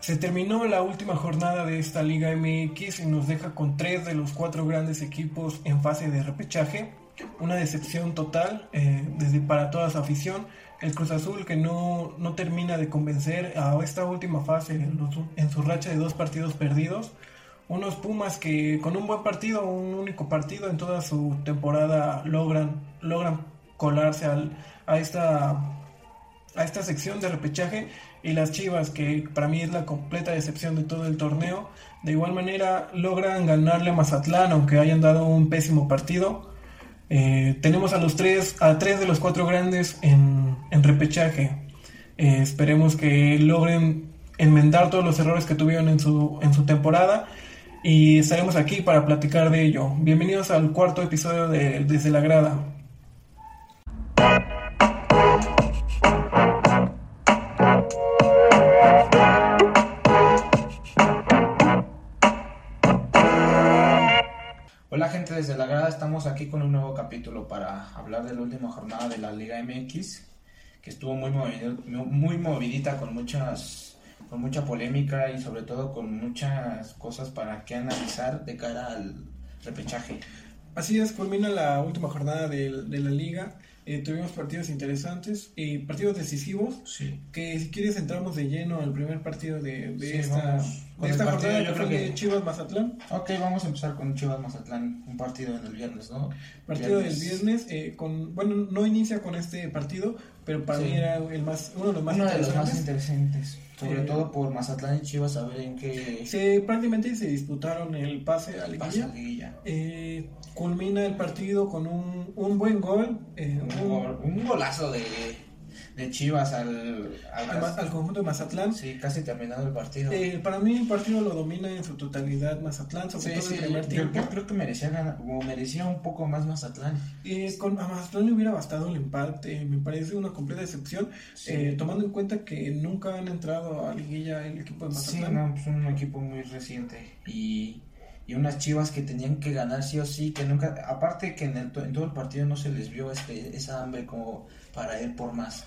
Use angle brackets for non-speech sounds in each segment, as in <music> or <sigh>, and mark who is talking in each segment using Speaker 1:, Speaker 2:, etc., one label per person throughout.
Speaker 1: Se terminó la última jornada de esta Liga MX y nos deja con tres de los cuatro grandes equipos en fase de repechaje. Una decepción total eh, desde para toda su afición. El Cruz Azul que no, no termina de convencer a esta última fase en, los, en su racha de dos partidos perdidos unos Pumas que con un buen partido, un único partido en toda su temporada logran, logran colarse al, a, esta, a esta sección de repechaje y las Chivas que para mí es la completa decepción de todo el torneo, de igual manera logran ganarle a Mazatlán aunque hayan dado un pésimo partido. Eh, tenemos a los tres, a tres de los cuatro grandes en, en repechaje. Eh, esperemos que logren enmendar todos los errores que tuvieron en su, en su temporada y estaremos aquí para platicar de ello. Bienvenidos al cuarto episodio de Desde la Grada.
Speaker 2: Hola gente desde la grada, estamos aquí con un nuevo capítulo para hablar de la última jornada de la Liga MX, que estuvo muy, movido, muy movidita con muchas con mucha polémica y sobre todo con muchas cosas para que analizar de cara al repechaje.
Speaker 1: Así es, culmina la última jornada de, de la liga. Eh, tuvimos partidos interesantes y partidos decisivos.
Speaker 2: Sí.
Speaker 1: Que si quieres entramos de lleno al primer partido de, de
Speaker 2: Sí,
Speaker 1: esta,
Speaker 2: vamos.
Speaker 1: de
Speaker 2: Con
Speaker 1: esta
Speaker 2: el partido
Speaker 1: jornada
Speaker 2: yo
Speaker 1: que
Speaker 2: creo
Speaker 1: fue
Speaker 2: que-
Speaker 1: de Chivas Mazatlán.
Speaker 2: Ok, vamos a empezar con Chivas Mazatlán, un partido en el viernes, ¿no?
Speaker 1: Partido del viernes, eh, con bueno, no inicia con este partido, pero para
Speaker 2: Sí.
Speaker 1: mí era el más, uno de los más
Speaker 2: Uno de los
Speaker 1: interesantes.
Speaker 2: más interesantes, sobre
Speaker 1: Eh,
Speaker 2: todo por Mazatlán y Chivas, a ver en qué
Speaker 1: Se, prácticamente se disputaron el pase a
Speaker 2: pasa
Speaker 1: liguilla.
Speaker 2: la liguilla.
Speaker 1: Eh, culmina el partido con un, un buen gol, eh,
Speaker 2: Un,
Speaker 1: un-
Speaker 2: gol- un golazo de, de Chivas al, al-
Speaker 1: al, ma- al conjunto de Mazatlán.
Speaker 2: sí, casi terminando el partido.
Speaker 1: Eh, para mí el partido lo domina en su totalidad Mazatlán, sobre
Speaker 2: Sí,
Speaker 1: todo
Speaker 2: sí,
Speaker 1: el primer
Speaker 2: yo-
Speaker 1: tiempo.
Speaker 2: yo creo que merecía ganar, o merecía un poco más Mazatlán.
Speaker 1: Eh, con a Mazatlán le hubiera bastado el empate, me parece una completa decepción, eh, tomando en cuenta que nunca han entrado a liguilla el equipo de
Speaker 2: Sí,
Speaker 1: Mazatlán.
Speaker 2: no, pues un equipo muy reciente y, y unas chivas que tenían que ganar sí o sí, que nunca, aparte que en, el to- en todo el partido no se les vio este, esa hambre como para ir por más.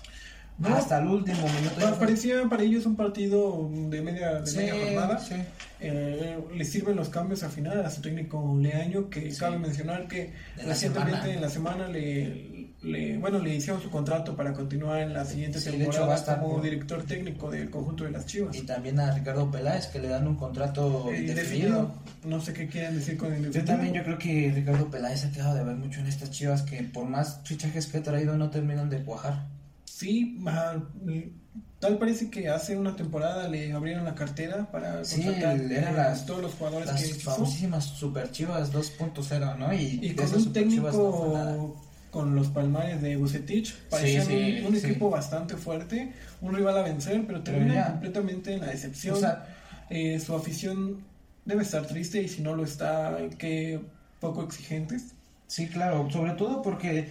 Speaker 1: No.
Speaker 2: Hasta el último minuto.
Speaker 1: Pa- Parecía para ellos un partido de media, de
Speaker 2: Sí,
Speaker 1: media jornada.
Speaker 2: sí.
Speaker 1: Eh, le sirven los cambios al final a su técnico Leaño, que
Speaker 2: Sí.
Speaker 1: cabe mencionar que
Speaker 2: la
Speaker 1: recientemente
Speaker 2: semana.
Speaker 1: en la semana le, le- bueno le hicieron su contrato para continuar en la siguiente
Speaker 2: Sí, de hecho,
Speaker 1: temporada
Speaker 2: va a estar
Speaker 1: como
Speaker 2: por-
Speaker 1: director técnico del conjunto de las Chivas.
Speaker 2: Y también a Ricardo Peláez que le dan un contrato
Speaker 1: Eh,
Speaker 2: indefinido.
Speaker 1: No sé qué quieren decir con indefinido.
Speaker 2: Yo también yo creo que Ricardo Peláez ha quedado de ver mucho en estas chivas que por más fichajes que ha traído no terminan de cuajar.
Speaker 1: Sí, ah, eh, tal parece que hace una temporada le abrieron la cartera para
Speaker 2: Sí,
Speaker 1: contratar
Speaker 2: eran
Speaker 1: eh,
Speaker 2: las-
Speaker 1: todos los jugadores que
Speaker 2: Las
Speaker 1: quiso.
Speaker 2: famosísimas Super Chivas 2.0, ¿no? Y,
Speaker 1: y
Speaker 2: de
Speaker 1: con
Speaker 2: esas
Speaker 1: un
Speaker 2: Super Chivas no fue nada.
Speaker 1: técnico con los palmares de Bucetich parecían
Speaker 2: sí,
Speaker 1: un, un
Speaker 2: sí.
Speaker 1: equipo bastante fuerte, un rival a vencer, pero
Speaker 2: Pero
Speaker 1: termina
Speaker 2: ya.
Speaker 1: completamente en la decepción.
Speaker 2: O sea,
Speaker 1: Eh, su afición debe estar triste y si no lo está, qué poco exigentes.
Speaker 2: sí, claro, sobre todo porque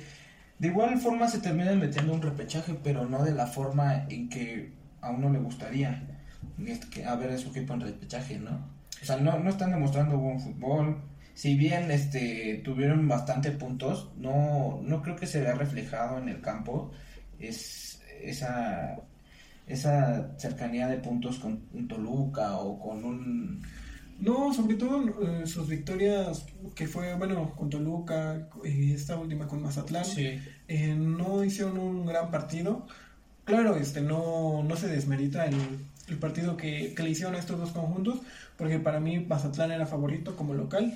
Speaker 2: de igual forma se terminan metiendo un repechaje, pero no de la forma en que a uno le gustaría es que, a ver a su equipo en repechaje, ¿no? O sea, no, no están demostrando buen fútbol. Si bien este, tuvieron bastante puntos, no, no creo que se vea reflejado en el campo es esa, esa cercanía de puntos con un Toluca o con un
Speaker 1: No, sobre todo eh, sus victorias que fue, bueno, con Toluca y esta última con Mazatlán. eh, no hicieron un gran partido. Claro, este no, no se desmerita el, el partido que, que le hicieron a estos dos conjuntos, porque para mí Mazatlán era favorito como local.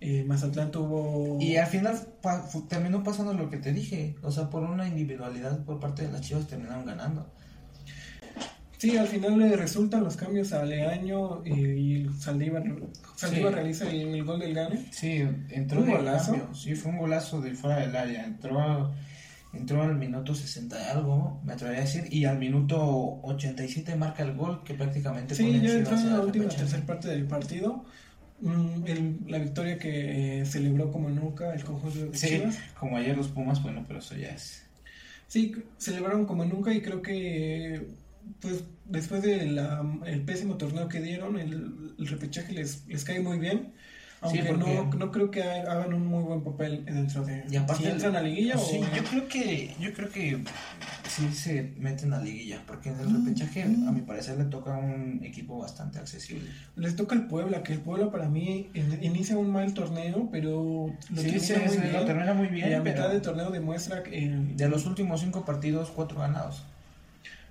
Speaker 1: Eh, Mazatlán tuvo...
Speaker 2: Y al final pa- fu- terminó pasando lo que te dije. O sea, por una individualidad por parte de las Chivas terminaron ganando.
Speaker 1: Sí, al final le resultan los cambios a Leaño eh, y Saldívar. Saldívar
Speaker 2: Sí.
Speaker 1: realiza el, el gol del gane.
Speaker 2: Sí, entró
Speaker 1: ¿Un
Speaker 2: de
Speaker 1: golazo?
Speaker 2: cambio. Sí, fue un golazo de fuera del área. Entró, entró al minuto 60 y algo, me atrevería a decir. Y al minuto 87 marca el gol que prácticamente pone
Speaker 1: Sí,
Speaker 2: a
Speaker 1: ya
Speaker 2: Chivas
Speaker 1: entró en la
Speaker 2: al
Speaker 1: última
Speaker 2: repechaje.
Speaker 1: tercera parte del partido. Mm, el- la victoria que eh, celebró como nunca el conjunto de
Speaker 2: Sí,
Speaker 1: Chivas.
Speaker 2: como ayer los Pumas, bueno, pero eso ya es.
Speaker 1: Sí, celebraron como nunca y creo que pues después del pésimo torneo que dieron, el, el repechaje les, les cae muy bien. Aunque
Speaker 2: porque-
Speaker 1: no, no creo que ha- hagan un muy buen papel dentro de...
Speaker 2: Y aparte
Speaker 1: si entran a liguilla
Speaker 2: Sí,
Speaker 1: o...
Speaker 2: yo creo que yo creo que sí se meten a liguilla, porque en el repechaje, a mi parecer, le toca un equipo bastante accesible.
Speaker 1: Les toca el Puebla, que el Puebla para mí in- inicia un mal torneo, pero lo
Speaker 2: Sí,
Speaker 1: termina
Speaker 2: sí,
Speaker 1: muy
Speaker 2: sí,
Speaker 1: bien.
Speaker 2: lo termina muy bien,
Speaker 1: Y a
Speaker 2: pero-
Speaker 1: mitad del torneo demuestra que el-
Speaker 2: De los últimos cinco partidos, cuatro ganados.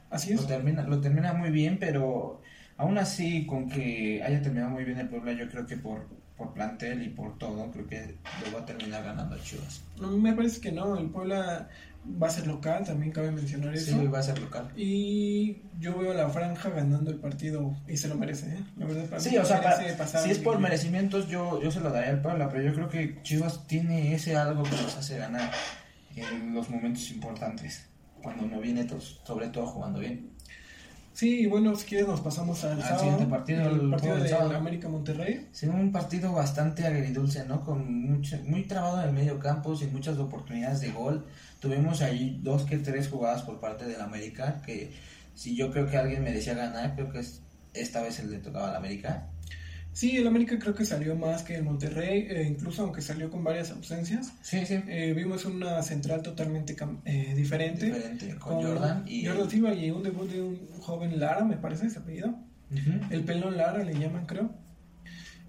Speaker 1: así
Speaker 2: Lo
Speaker 1: es.
Speaker 2: termina, lo termina muy bien, pero aún así, con que haya terminado muy bien el Puebla, yo creo que por, por plantel y por todo, creo que lo va a terminar ganando a Chivas.
Speaker 1: Me parece que no, el Puebla va a ser local, también cabe mencionar eso.
Speaker 2: Sí, va a ser local.
Speaker 1: Y yo veo a la franja ganando el partido y se lo merece, ¿eh? La verdad, para
Speaker 2: Sí,
Speaker 1: mí
Speaker 2: o sea,
Speaker 1: merece
Speaker 2: para-
Speaker 1: pasar
Speaker 2: si es por
Speaker 1: y-
Speaker 2: merecimientos, yo, yo se lo daría al Puebla, pero yo creo que Chivas tiene ese algo que los hace ganar en los momentos importantes, cuando no viene, to- sobre todo jugando bien.
Speaker 1: Sí, y bueno, si quieres nos pasamos al,
Speaker 2: Al
Speaker 1: sábado,
Speaker 2: siguiente partido,
Speaker 1: el,
Speaker 2: el
Speaker 1: partido
Speaker 2: juego del
Speaker 1: de
Speaker 2: sábado.
Speaker 1: América Monterrey.
Speaker 2: Sí, un partido bastante agridulce, ¿no? Con mucho, muy trabado en el medio campo, sin muchas oportunidades de gol. Tuvimos ahí dos que tres jugadas por parte del América, que si yo creo que alguien me decía ganar, creo que es- esta vez el le tocaba al América.
Speaker 1: Sí, el América creo que salió más que el Monterrey, eh, incluso aunque salió con varias ausencias.
Speaker 2: Sí, sí.
Speaker 1: Eh, vimos una central totalmente cam- eh, diferente.
Speaker 2: Diferente, con Jordan y...
Speaker 1: Jordan Silva y un debut de un joven Lara, me parece ese apellido.
Speaker 2: Ujú.
Speaker 1: El pelón Lara le llaman, creo.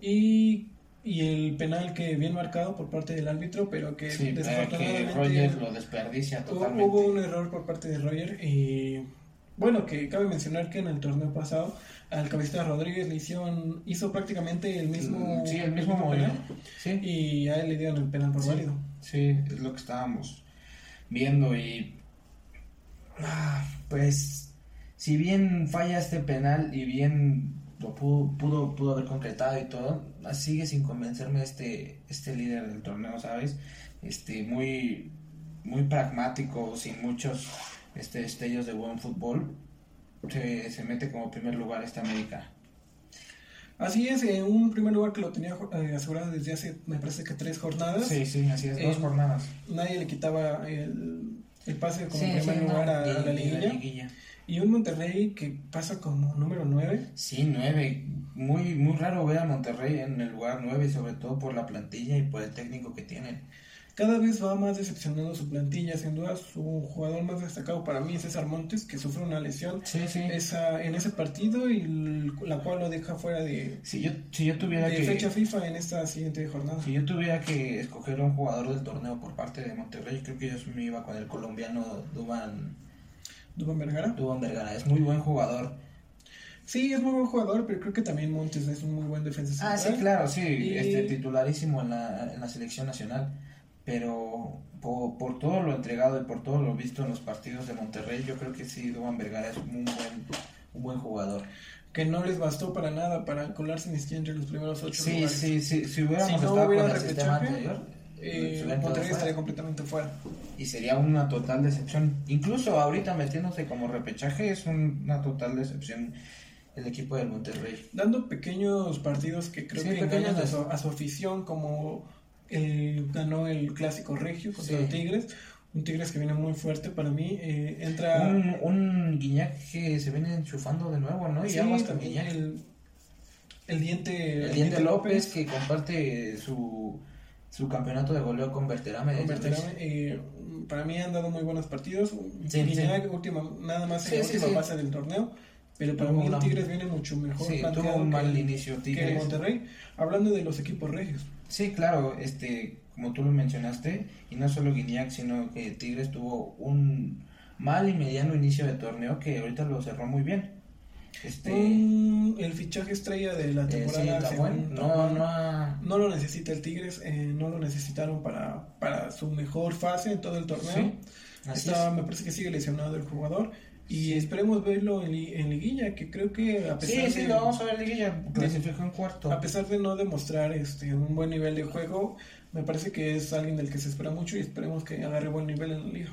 Speaker 1: Y, y el penal que bien marcado por parte del árbitro, pero que
Speaker 2: Sí, pero que
Speaker 1: desafortunadamente
Speaker 2: Rogers lo desperdicia
Speaker 1: hu-
Speaker 2: totalmente.
Speaker 1: hubo un error por parte de Roger. Y bueno, que cabe mencionar que en el torneo pasado al cabecita Rodríguez le hicieron, hizo prácticamente el mismo,
Speaker 2: Mm, Sí, el mismo
Speaker 1: penal.
Speaker 2: movimiento. Sí,
Speaker 1: Y a él le dieron el penal por válido.
Speaker 2: sí, es lo que estábamos viendo y... ah, Pues, si bien falla este penal y bien lo pudo, pudo, pudo haber concretado y todo, ah, sigue sin convencerme este, este líder del torneo, ¿sabes? Este, muy, muy pragmático, sin muchos este, destellos de buen fútbol. Se, se mete como primer lugar este América.
Speaker 1: Así es, eh, un primer lugar que lo tenía eh, asegurado desde hace, me parece que tres jornadas.
Speaker 2: Sí, sí, así es, dos
Speaker 1: Eh,
Speaker 2: jornadas.
Speaker 1: Nadie le quitaba el, el pase como
Speaker 2: Sí,
Speaker 1: primer
Speaker 2: sí, no,
Speaker 1: lugar a, a la
Speaker 2: y- y
Speaker 1: liguilla. Y un Monterrey que pasa como número 9.
Speaker 2: Sí, nueve. Muy, muy raro ver a Monterrey en el lugar nueve, sobre todo por la plantilla y por el técnico que tienen.
Speaker 1: Cada vez va más decepcionando su plantilla, sin duda su jugador más destacado para mí es César Montes, que sufre una lesión
Speaker 2: Sí, sí.
Speaker 1: esa, en ese partido y el- la cual lo deja fuera de,
Speaker 2: Si yo, si yo tuviera
Speaker 1: de
Speaker 2: que...
Speaker 1: fecha FIFA en esta siguiente jornada.
Speaker 2: Si yo tuviera que escoger a un jugador del torneo por parte de Monterrey, creo que yo me iba con el colombiano Duban,
Speaker 1: Dubán Vergara.
Speaker 2: Duban Vergara. Es muy buen jugador.
Speaker 1: Sí, es muy buen jugador, pero creo que también Montes es un muy buen defensa central.
Speaker 2: Ah, sí, claro, sí,
Speaker 1: Y-
Speaker 2: este, titularísimo en la, en la selección nacional, pero po- por, todo lo entregado y por todo lo visto en los partidos de Monterrey, yo creo que sí, Duan Vergara es un buen, un buen jugador.
Speaker 1: que no les bastó para nada para colarse ni siquiera entre los primeros ocho
Speaker 2: Sí,
Speaker 1: lugares.
Speaker 2: sí, sí, si hubiéramos
Speaker 1: Si no
Speaker 2: estado
Speaker 1: hubiera
Speaker 2: con el sistema
Speaker 1: repechaje,
Speaker 2: anterior, se
Speaker 1: Eh,
Speaker 2: hubieran quedado
Speaker 1: Monterrey estaría
Speaker 2: fuera,
Speaker 1: completamente fuera.
Speaker 2: y sería una total decepción. Incluso ahorita metiéndose como repechaje es un- una total decepción el equipo del Monterrey.
Speaker 1: Dando pequeños partidos que creo
Speaker 2: Sí,
Speaker 1: que engañan
Speaker 2: pequeños
Speaker 1: a
Speaker 2: des-
Speaker 1: su, a su afición, como el, ganó el clásico regio contra
Speaker 2: Sí.
Speaker 1: el Tigres. Un Tigres que viene muy fuerte para mí. eh, entra.
Speaker 2: Un, un Guiñac que se viene enchufando de nuevo, ¿no? Y
Speaker 1: Sí,
Speaker 2: aguas con
Speaker 1: también
Speaker 2: Guiñac.
Speaker 1: el, el diente.
Speaker 2: El Diente López que comparte su, su campeonato de goleo con Berterame. de
Speaker 1: con Berterame,
Speaker 2: San Luis.
Speaker 1: eh, para mí han dado muy buenos partidos.
Speaker 2: sí.
Speaker 1: Guiñac, última, nada más en
Speaker 2: Sí,
Speaker 1: la
Speaker 2: sí,
Speaker 1: última
Speaker 2: sí.
Speaker 1: fase del torneo. Pero para
Speaker 2: Tuvo
Speaker 1: mí el
Speaker 2: una-
Speaker 1: Tigres viene mucho mejor
Speaker 2: Sí, tuvo
Speaker 1: planteado
Speaker 2: un
Speaker 1: que,
Speaker 2: mal
Speaker 1: el-
Speaker 2: inicio
Speaker 1: que el
Speaker 2: Tigres.
Speaker 1: Monterrey. Hablando de los equipos regios.
Speaker 2: Sí, claro, este, como tú lo mencionaste, y no solo Guiñac, sino que Tigres tuvo un mal y mediano inicio de torneo que ahorita lo cerró muy bien. Este,
Speaker 1: Mm, el fichaje estrella de la
Speaker 2: eh, sí,
Speaker 1: temporada
Speaker 2: Tahuán,
Speaker 1: según
Speaker 2: no,
Speaker 1: Tahuán,
Speaker 2: no ha-
Speaker 1: no lo necesita el Tigres, eh, no lo necesitaron para, para su mejor fase en todo el torneo.
Speaker 2: Sí, así
Speaker 1: Está-
Speaker 2: es.
Speaker 1: me parece que sigue lesionado el jugador y esperemos verlo en, li- en liguilla, que creo que a pesar
Speaker 2: Sí, sí,
Speaker 1: de,
Speaker 2: lo vamos a ver, Liguilla, clasificó en cuarto.
Speaker 1: a pesar de no demostrar este un buen nivel de juego, me parece que es alguien del que se espera mucho y esperemos que agarre buen nivel en la liga.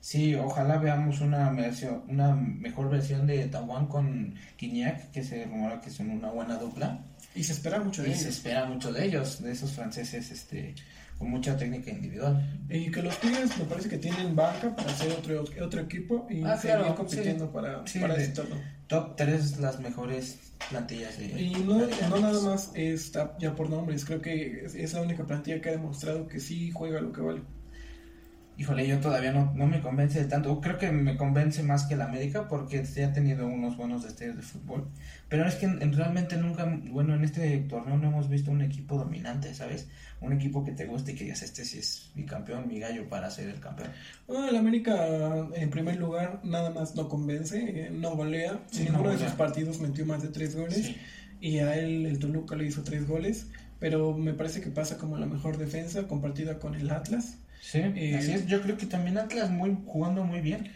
Speaker 2: Sí, ojalá veamos una, versión- una mejor versión de Tahuán con Guiñac, que se rumora que son una buena dupla.
Speaker 1: Y se espera mucho de
Speaker 2: Y se
Speaker 1: ellos.
Speaker 2: espera mucho de ellos, de esos franceses este, con mucha técnica individual.
Speaker 1: Y que los Tigres me parece que tienen banca para hacer otro, otro equipo y
Speaker 2: Ah,
Speaker 1: seguir
Speaker 2: claro,
Speaker 1: compitiendo
Speaker 2: sí.
Speaker 1: para,
Speaker 2: Sí,
Speaker 1: para
Speaker 2: de-
Speaker 1: ese torneo.
Speaker 2: Top 3 las mejores plantillas de
Speaker 1: Y no,
Speaker 2: de-
Speaker 1: no nada más está ya por nombres, creo que es, es la única plantilla que ha demostrado que sí juega lo que vale.
Speaker 2: híjole, yo todavía no, no me convence de tanto. Creo que me convence más que el América porque ya ha tenido unos buenos destellos de fútbol. Pero es que en- realmente nunca, bueno, en este torneo no hemos visto un equipo dominante, ¿sabes? Un equipo que te guste y que digas, este sí es mi campeón, mi gallo para ser el campeón.
Speaker 1: Bueno, el América, en primer lugar, nada más no convence, eh, no golea.
Speaker 2: Sí,
Speaker 1: Ninguno
Speaker 2: no
Speaker 1: de
Speaker 2: golea.
Speaker 1: sus partidos metió más de tres goles.
Speaker 2: Sí.
Speaker 1: Y a él, el Toluca le hizo tres goles. Pero me parece que pasa como la mejor defensa compartida con el Atlas.
Speaker 2: Sí,
Speaker 1: Eh,
Speaker 2: así es. Yo creo que también Atlas muy, jugando muy bien.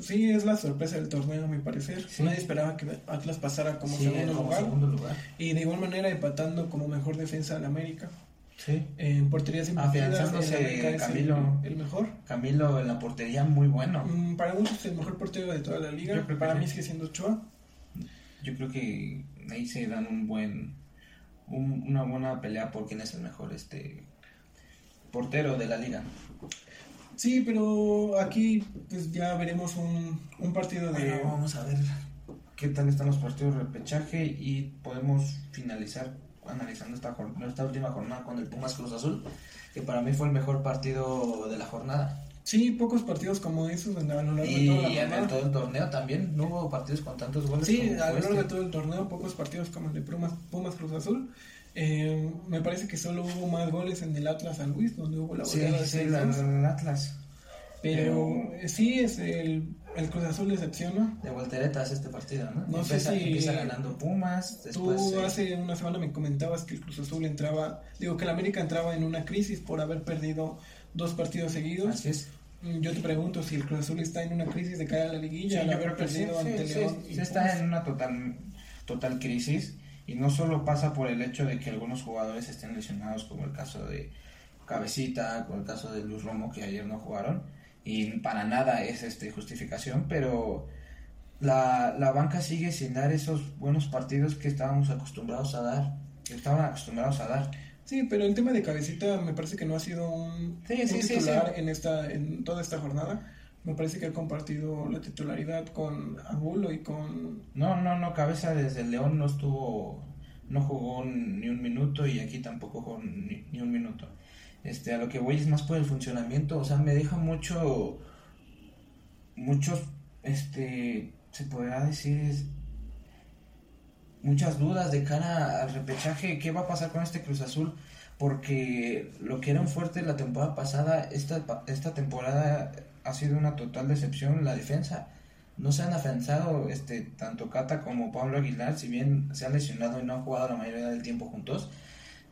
Speaker 1: Sí, es la sorpresa del torneo, a mi parecer.
Speaker 2: Sí.
Speaker 1: Nadie esperaba que Atlas pasara como
Speaker 2: Sí,
Speaker 1: segundo
Speaker 2: como
Speaker 1: lugar.
Speaker 2: segundo lugar.
Speaker 1: Y de igual manera empatando como mejor defensa al América.
Speaker 2: Sí.
Speaker 1: En porterías invertidas, el
Speaker 2: Afianzándose
Speaker 1: América es el,
Speaker 2: Camilo.
Speaker 1: el mejor.
Speaker 2: Camilo en la portería muy bueno.
Speaker 1: Mm, Para muchos el mejor portero de toda la liga.
Speaker 2: Yo creo que
Speaker 1: Para
Speaker 2: sí.
Speaker 1: mí sigue siendo Ochoa.
Speaker 2: Yo creo que ahí se dan un buen, un- una buena pelea por quién es el mejor este portero de la liga.
Speaker 1: Sí, pero aquí pues ya veremos un, un partido de...
Speaker 2: Bueno, vamos a ver qué tal están los partidos de repechaje y podemos finalizar analizando esta, jor- esta última jornada con el Pumas Cruz Azul, que para mí fue el mejor partido de la jornada.
Speaker 1: Sí, pocos partidos como esos donde a lo largo de
Speaker 2: Y
Speaker 1: toda la
Speaker 2: en el,
Speaker 1: jornada.
Speaker 2: todo el torneo también, no hubo partidos con tantos goles.
Speaker 1: Sí,
Speaker 2: como
Speaker 1: a
Speaker 2: fue
Speaker 1: lo largo de
Speaker 2: este.
Speaker 1: todo el torneo, pocos partidos como el de Pumas, Pumas Cruz Azul. Eh, me parece que solo hubo más goles en el Atlas San Luis, donde hubo la
Speaker 2: Sí,
Speaker 1: goleada de
Speaker 2: sí,
Speaker 1: seis
Speaker 2: la-
Speaker 1: goles.
Speaker 2: la- el Atlas.
Speaker 1: Pero eh, sí, es el, el Cruz Azul decepciona.
Speaker 2: De volteretas este partido, ¿no?
Speaker 1: No sé
Speaker 2: empieza,
Speaker 1: si-
Speaker 2: empieza ganando Pumas, después...
Speaker 1: Tú
Speaker 2: eh,
Speaker 1: hace una semana me comentabas que el Cruz Azul entraba, digo que el América entraba en una crisis por haber perdido dos partidos seguidos.
Speaker 2: Así es.
Speaker 1: Mm, Yo te pregunto si el Cruz Azul está en una crisis de cara a la liguilla al
Speaker 2: yo
Speaker 1: haber
Speaker 2: creo que sí,
Speaker 1: perdido ante
Speaker 2: sí,
Speaker 1: León.
Speaker 2: sí,
Speaker 1: y
Speaker 2: sí está
Speaker 1: Pumas.
Speaker 2: en una total, total crisis y no solo pasa por el hecho de que algunos jugadores estén lesionados, como el caso de Cabecita, como el caso de Luis Romo, que ayer no jugaron, y para nada es este justificación, pero la, la banca sigue sin dar esos buenos partidos que estábamos acostumbrados a dar, que estaban acostumbrados a dar.
Speaker 1: Sí, pero el tema de cabecita me parece que no ha sido un,
Speaker 2: Sí,
Speaker 1: un
Speaker 2: sí, sí,
Speaker 1: titular en esta en toda esta jornada. Me parece que ha compartido la titularidad con Angulo y con
Speaker 2: No, no, no, cabeza desde el León no estuvo, no jugó ni un minuto y aquí tampoco jugó ni, ni un minuto. Este, a lo que voy es más por el funcionamiento, o sea, me deja mucho, muchos, este, se podrá decir, es- muchas dudas de cara al repechaje, qué va a pasar con este Cruz Azul, porque lo que era un fuerte la temporada pasada, esta, pa- esta temporada ha sido una total decepción la defensa. No se han afianzado este, tanto Cata como Pablo Aguilar, si bien se han lesionado y no han jugado la mayoría del tiempo juntos.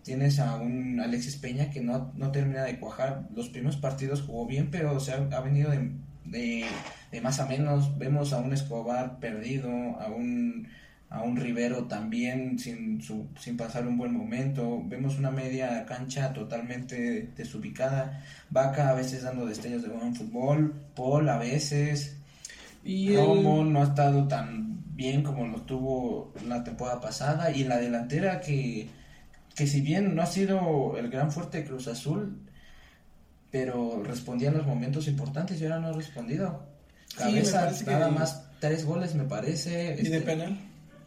Speaker 2: Tienes a un Alexis Peña que no, no termina de cuajar. Los primeros partidos jugó bien, pero se ha, ha venido de, de, de más a menos. Vemos a un Escobar perdido, a un, a un Rivero también sin, su- sin pasar un buen momento. Vemos una media cancha totalmente desubicada. Vaca a veces dando destellos de buen fútbol. Paul a veces.
Speaker 1: y el-
Speaker 2: Romo no ha estado tan bien como lo tuvo la temporada pasada y la delantera que, que si bien no ha sido el gran fuerte de Cruz Azul, pero respondía en los momentos importantes y ahora no ha respondido.
Speaker 1: Sí, me
Speaker 2: Cabeza
Speaker 1: parece que-
Speaker 2: nada más tres goles me parece.
Speaker 1: y de
Speaker 2: este,
Speaker 1: penal.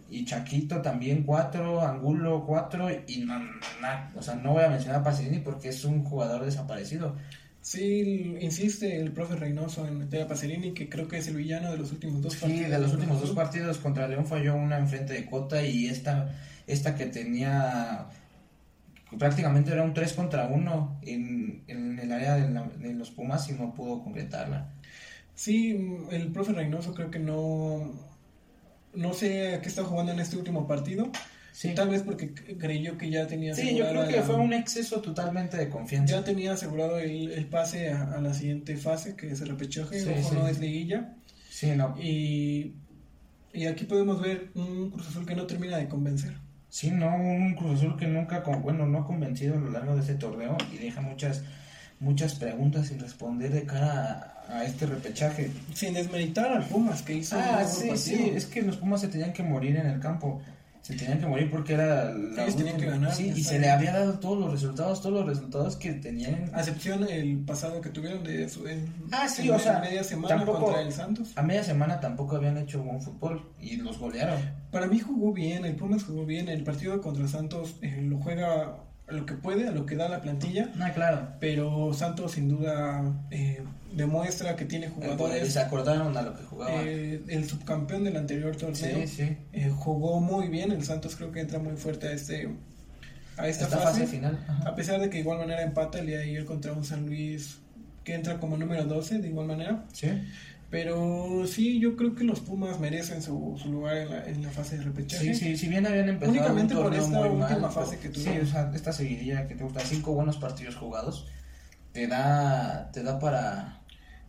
Speaker 2: y Chaquito también cuatro, Angulo cuatro y no, no, no, o sea, no voy a mencionar a Pasolini porque es un jugador desaparecido.
Speaker 1: Sí, insiste el profe Reynoso en meter a Pacerini, que creo que es el villano de los últimos dos
Speaker 2: Sí, de los
Speaker 1: del
Speaker 2: últimos
Speaker 1: Cruz
Speaker 2: dos
Speaker 1: Azul.
Speaker 2: partidos contra León falló una enfrente de Cota y esta, esta que tenía que prácticamente era un 3 contra 1 en, en el área de, la- de los Pumas y no pudo concretarla.
Speaker 1: Sí, mm, el profe Reynoso creo que no no sé a qué está jugando en este último partido.
Speaker 2: Sí,
Speaker 1: Tal vez porque c- creyó que ya tenía
Speaker 2: sí yo creo
Speaker 1: asegurada
Speaker 2: que
Speaker 1: la-
Speaker 2: fue un exceso totalmente de confianza.
Speaker 1: Ya tenía asegurado el, el pase a, a la siguiente fase, que es el repechaje,
Speaker 2: Sí,
Speaker 1: ojo,
Speaker 2: sí.
Speaker 1: no es liguilla.
Speaker 2: Sí, no.
Speaker 1: Y, y aquí podemos ver un Cruz Azul que no termina de convencer.
Speaker 2: Sí, no, un Cruz Azul que nunca, con, bueno, no ha convencido a lo largo de este torneo y deja muchas, muchas preguntas sin responder de cara a- a este repechaje.
Speaker 1: Sin desmeritar al Pumas, que hizo un
Speaker 2: Ah,
Speaker 1: buen
Speaker 2: sí,
Speaker 1: partido.
Speaker 2: sí, es que los Pumas se tenían que morir en el campo. Se tenían que morir porque era la
Speaker 1: Ellos tenían
Speaker 2: última-
Speaker 1: que ganar,
Speaker 2: Sí, y
Speaker 1: exacto.
Speaker 2: se le había dado todos los resultados, todos los resultados que tenían.
Speaker 1: A excepción el pasado que tuvieron de su, en,
Speaker 2: Ah, sí,
Speaker 1: en
Speaker 2: o sea,
Speaker 1: media semana
Speaker 2: tampoco-
Speaker 1: contra el Santos.
Speaker 2: A media semana tampoco habían hecho buen fútbol y los golearon.
Speaker 1: Para mí jugó bien, el Pumas jugó bien. El partido contra Santos eh, lo juega a lo que puede, a lo que da la plantilla.
Speaker 2: Ah, claro.
Speaker 1: Pero Santos sin duda eh, demuestra que tiene
Speaker 2: Y
Speaker 1: jugadores.
Speaker 2: se acordaron a lo que jugaban.
Speaker 1: Eh, el subcampeón del anterior torneo
Speaker 2: sí, sí.
Speaker 1: eh, jugó muy bien. El Santos creo que entra muy fuerte a este a esta, Ah.
Speaker 2: Esta fase final.
Speaker 1: A
Speaker 2: ajá.
Speaker 1: pesar de que de igual manera empata el día de ayer contra un San Luis que entra como número 12 de igual manera.
Speaker 2: Sí.
Speaker 1: Pero sí, yo creo que los Pumas merecen su, su lugar en la, en la fase de repechaje.
Speaker 2: Sí, sí, si bien habían empezado
Speaker 1: Únicamente
Speaker 2: un
Speaker 1: por
Speaker 2: torneo
Speaker 1: esta
Speaker 2: muy
Speaker 1: última
Speaker 2: mal,
Speaker 1: fase
Speaker 2: pero-
Speaker 1: que tuvieron.
Speaker 2: Sí, o sea, esta seguidilla que te gusta, cinco buenos partidos jugados, te da, te da para,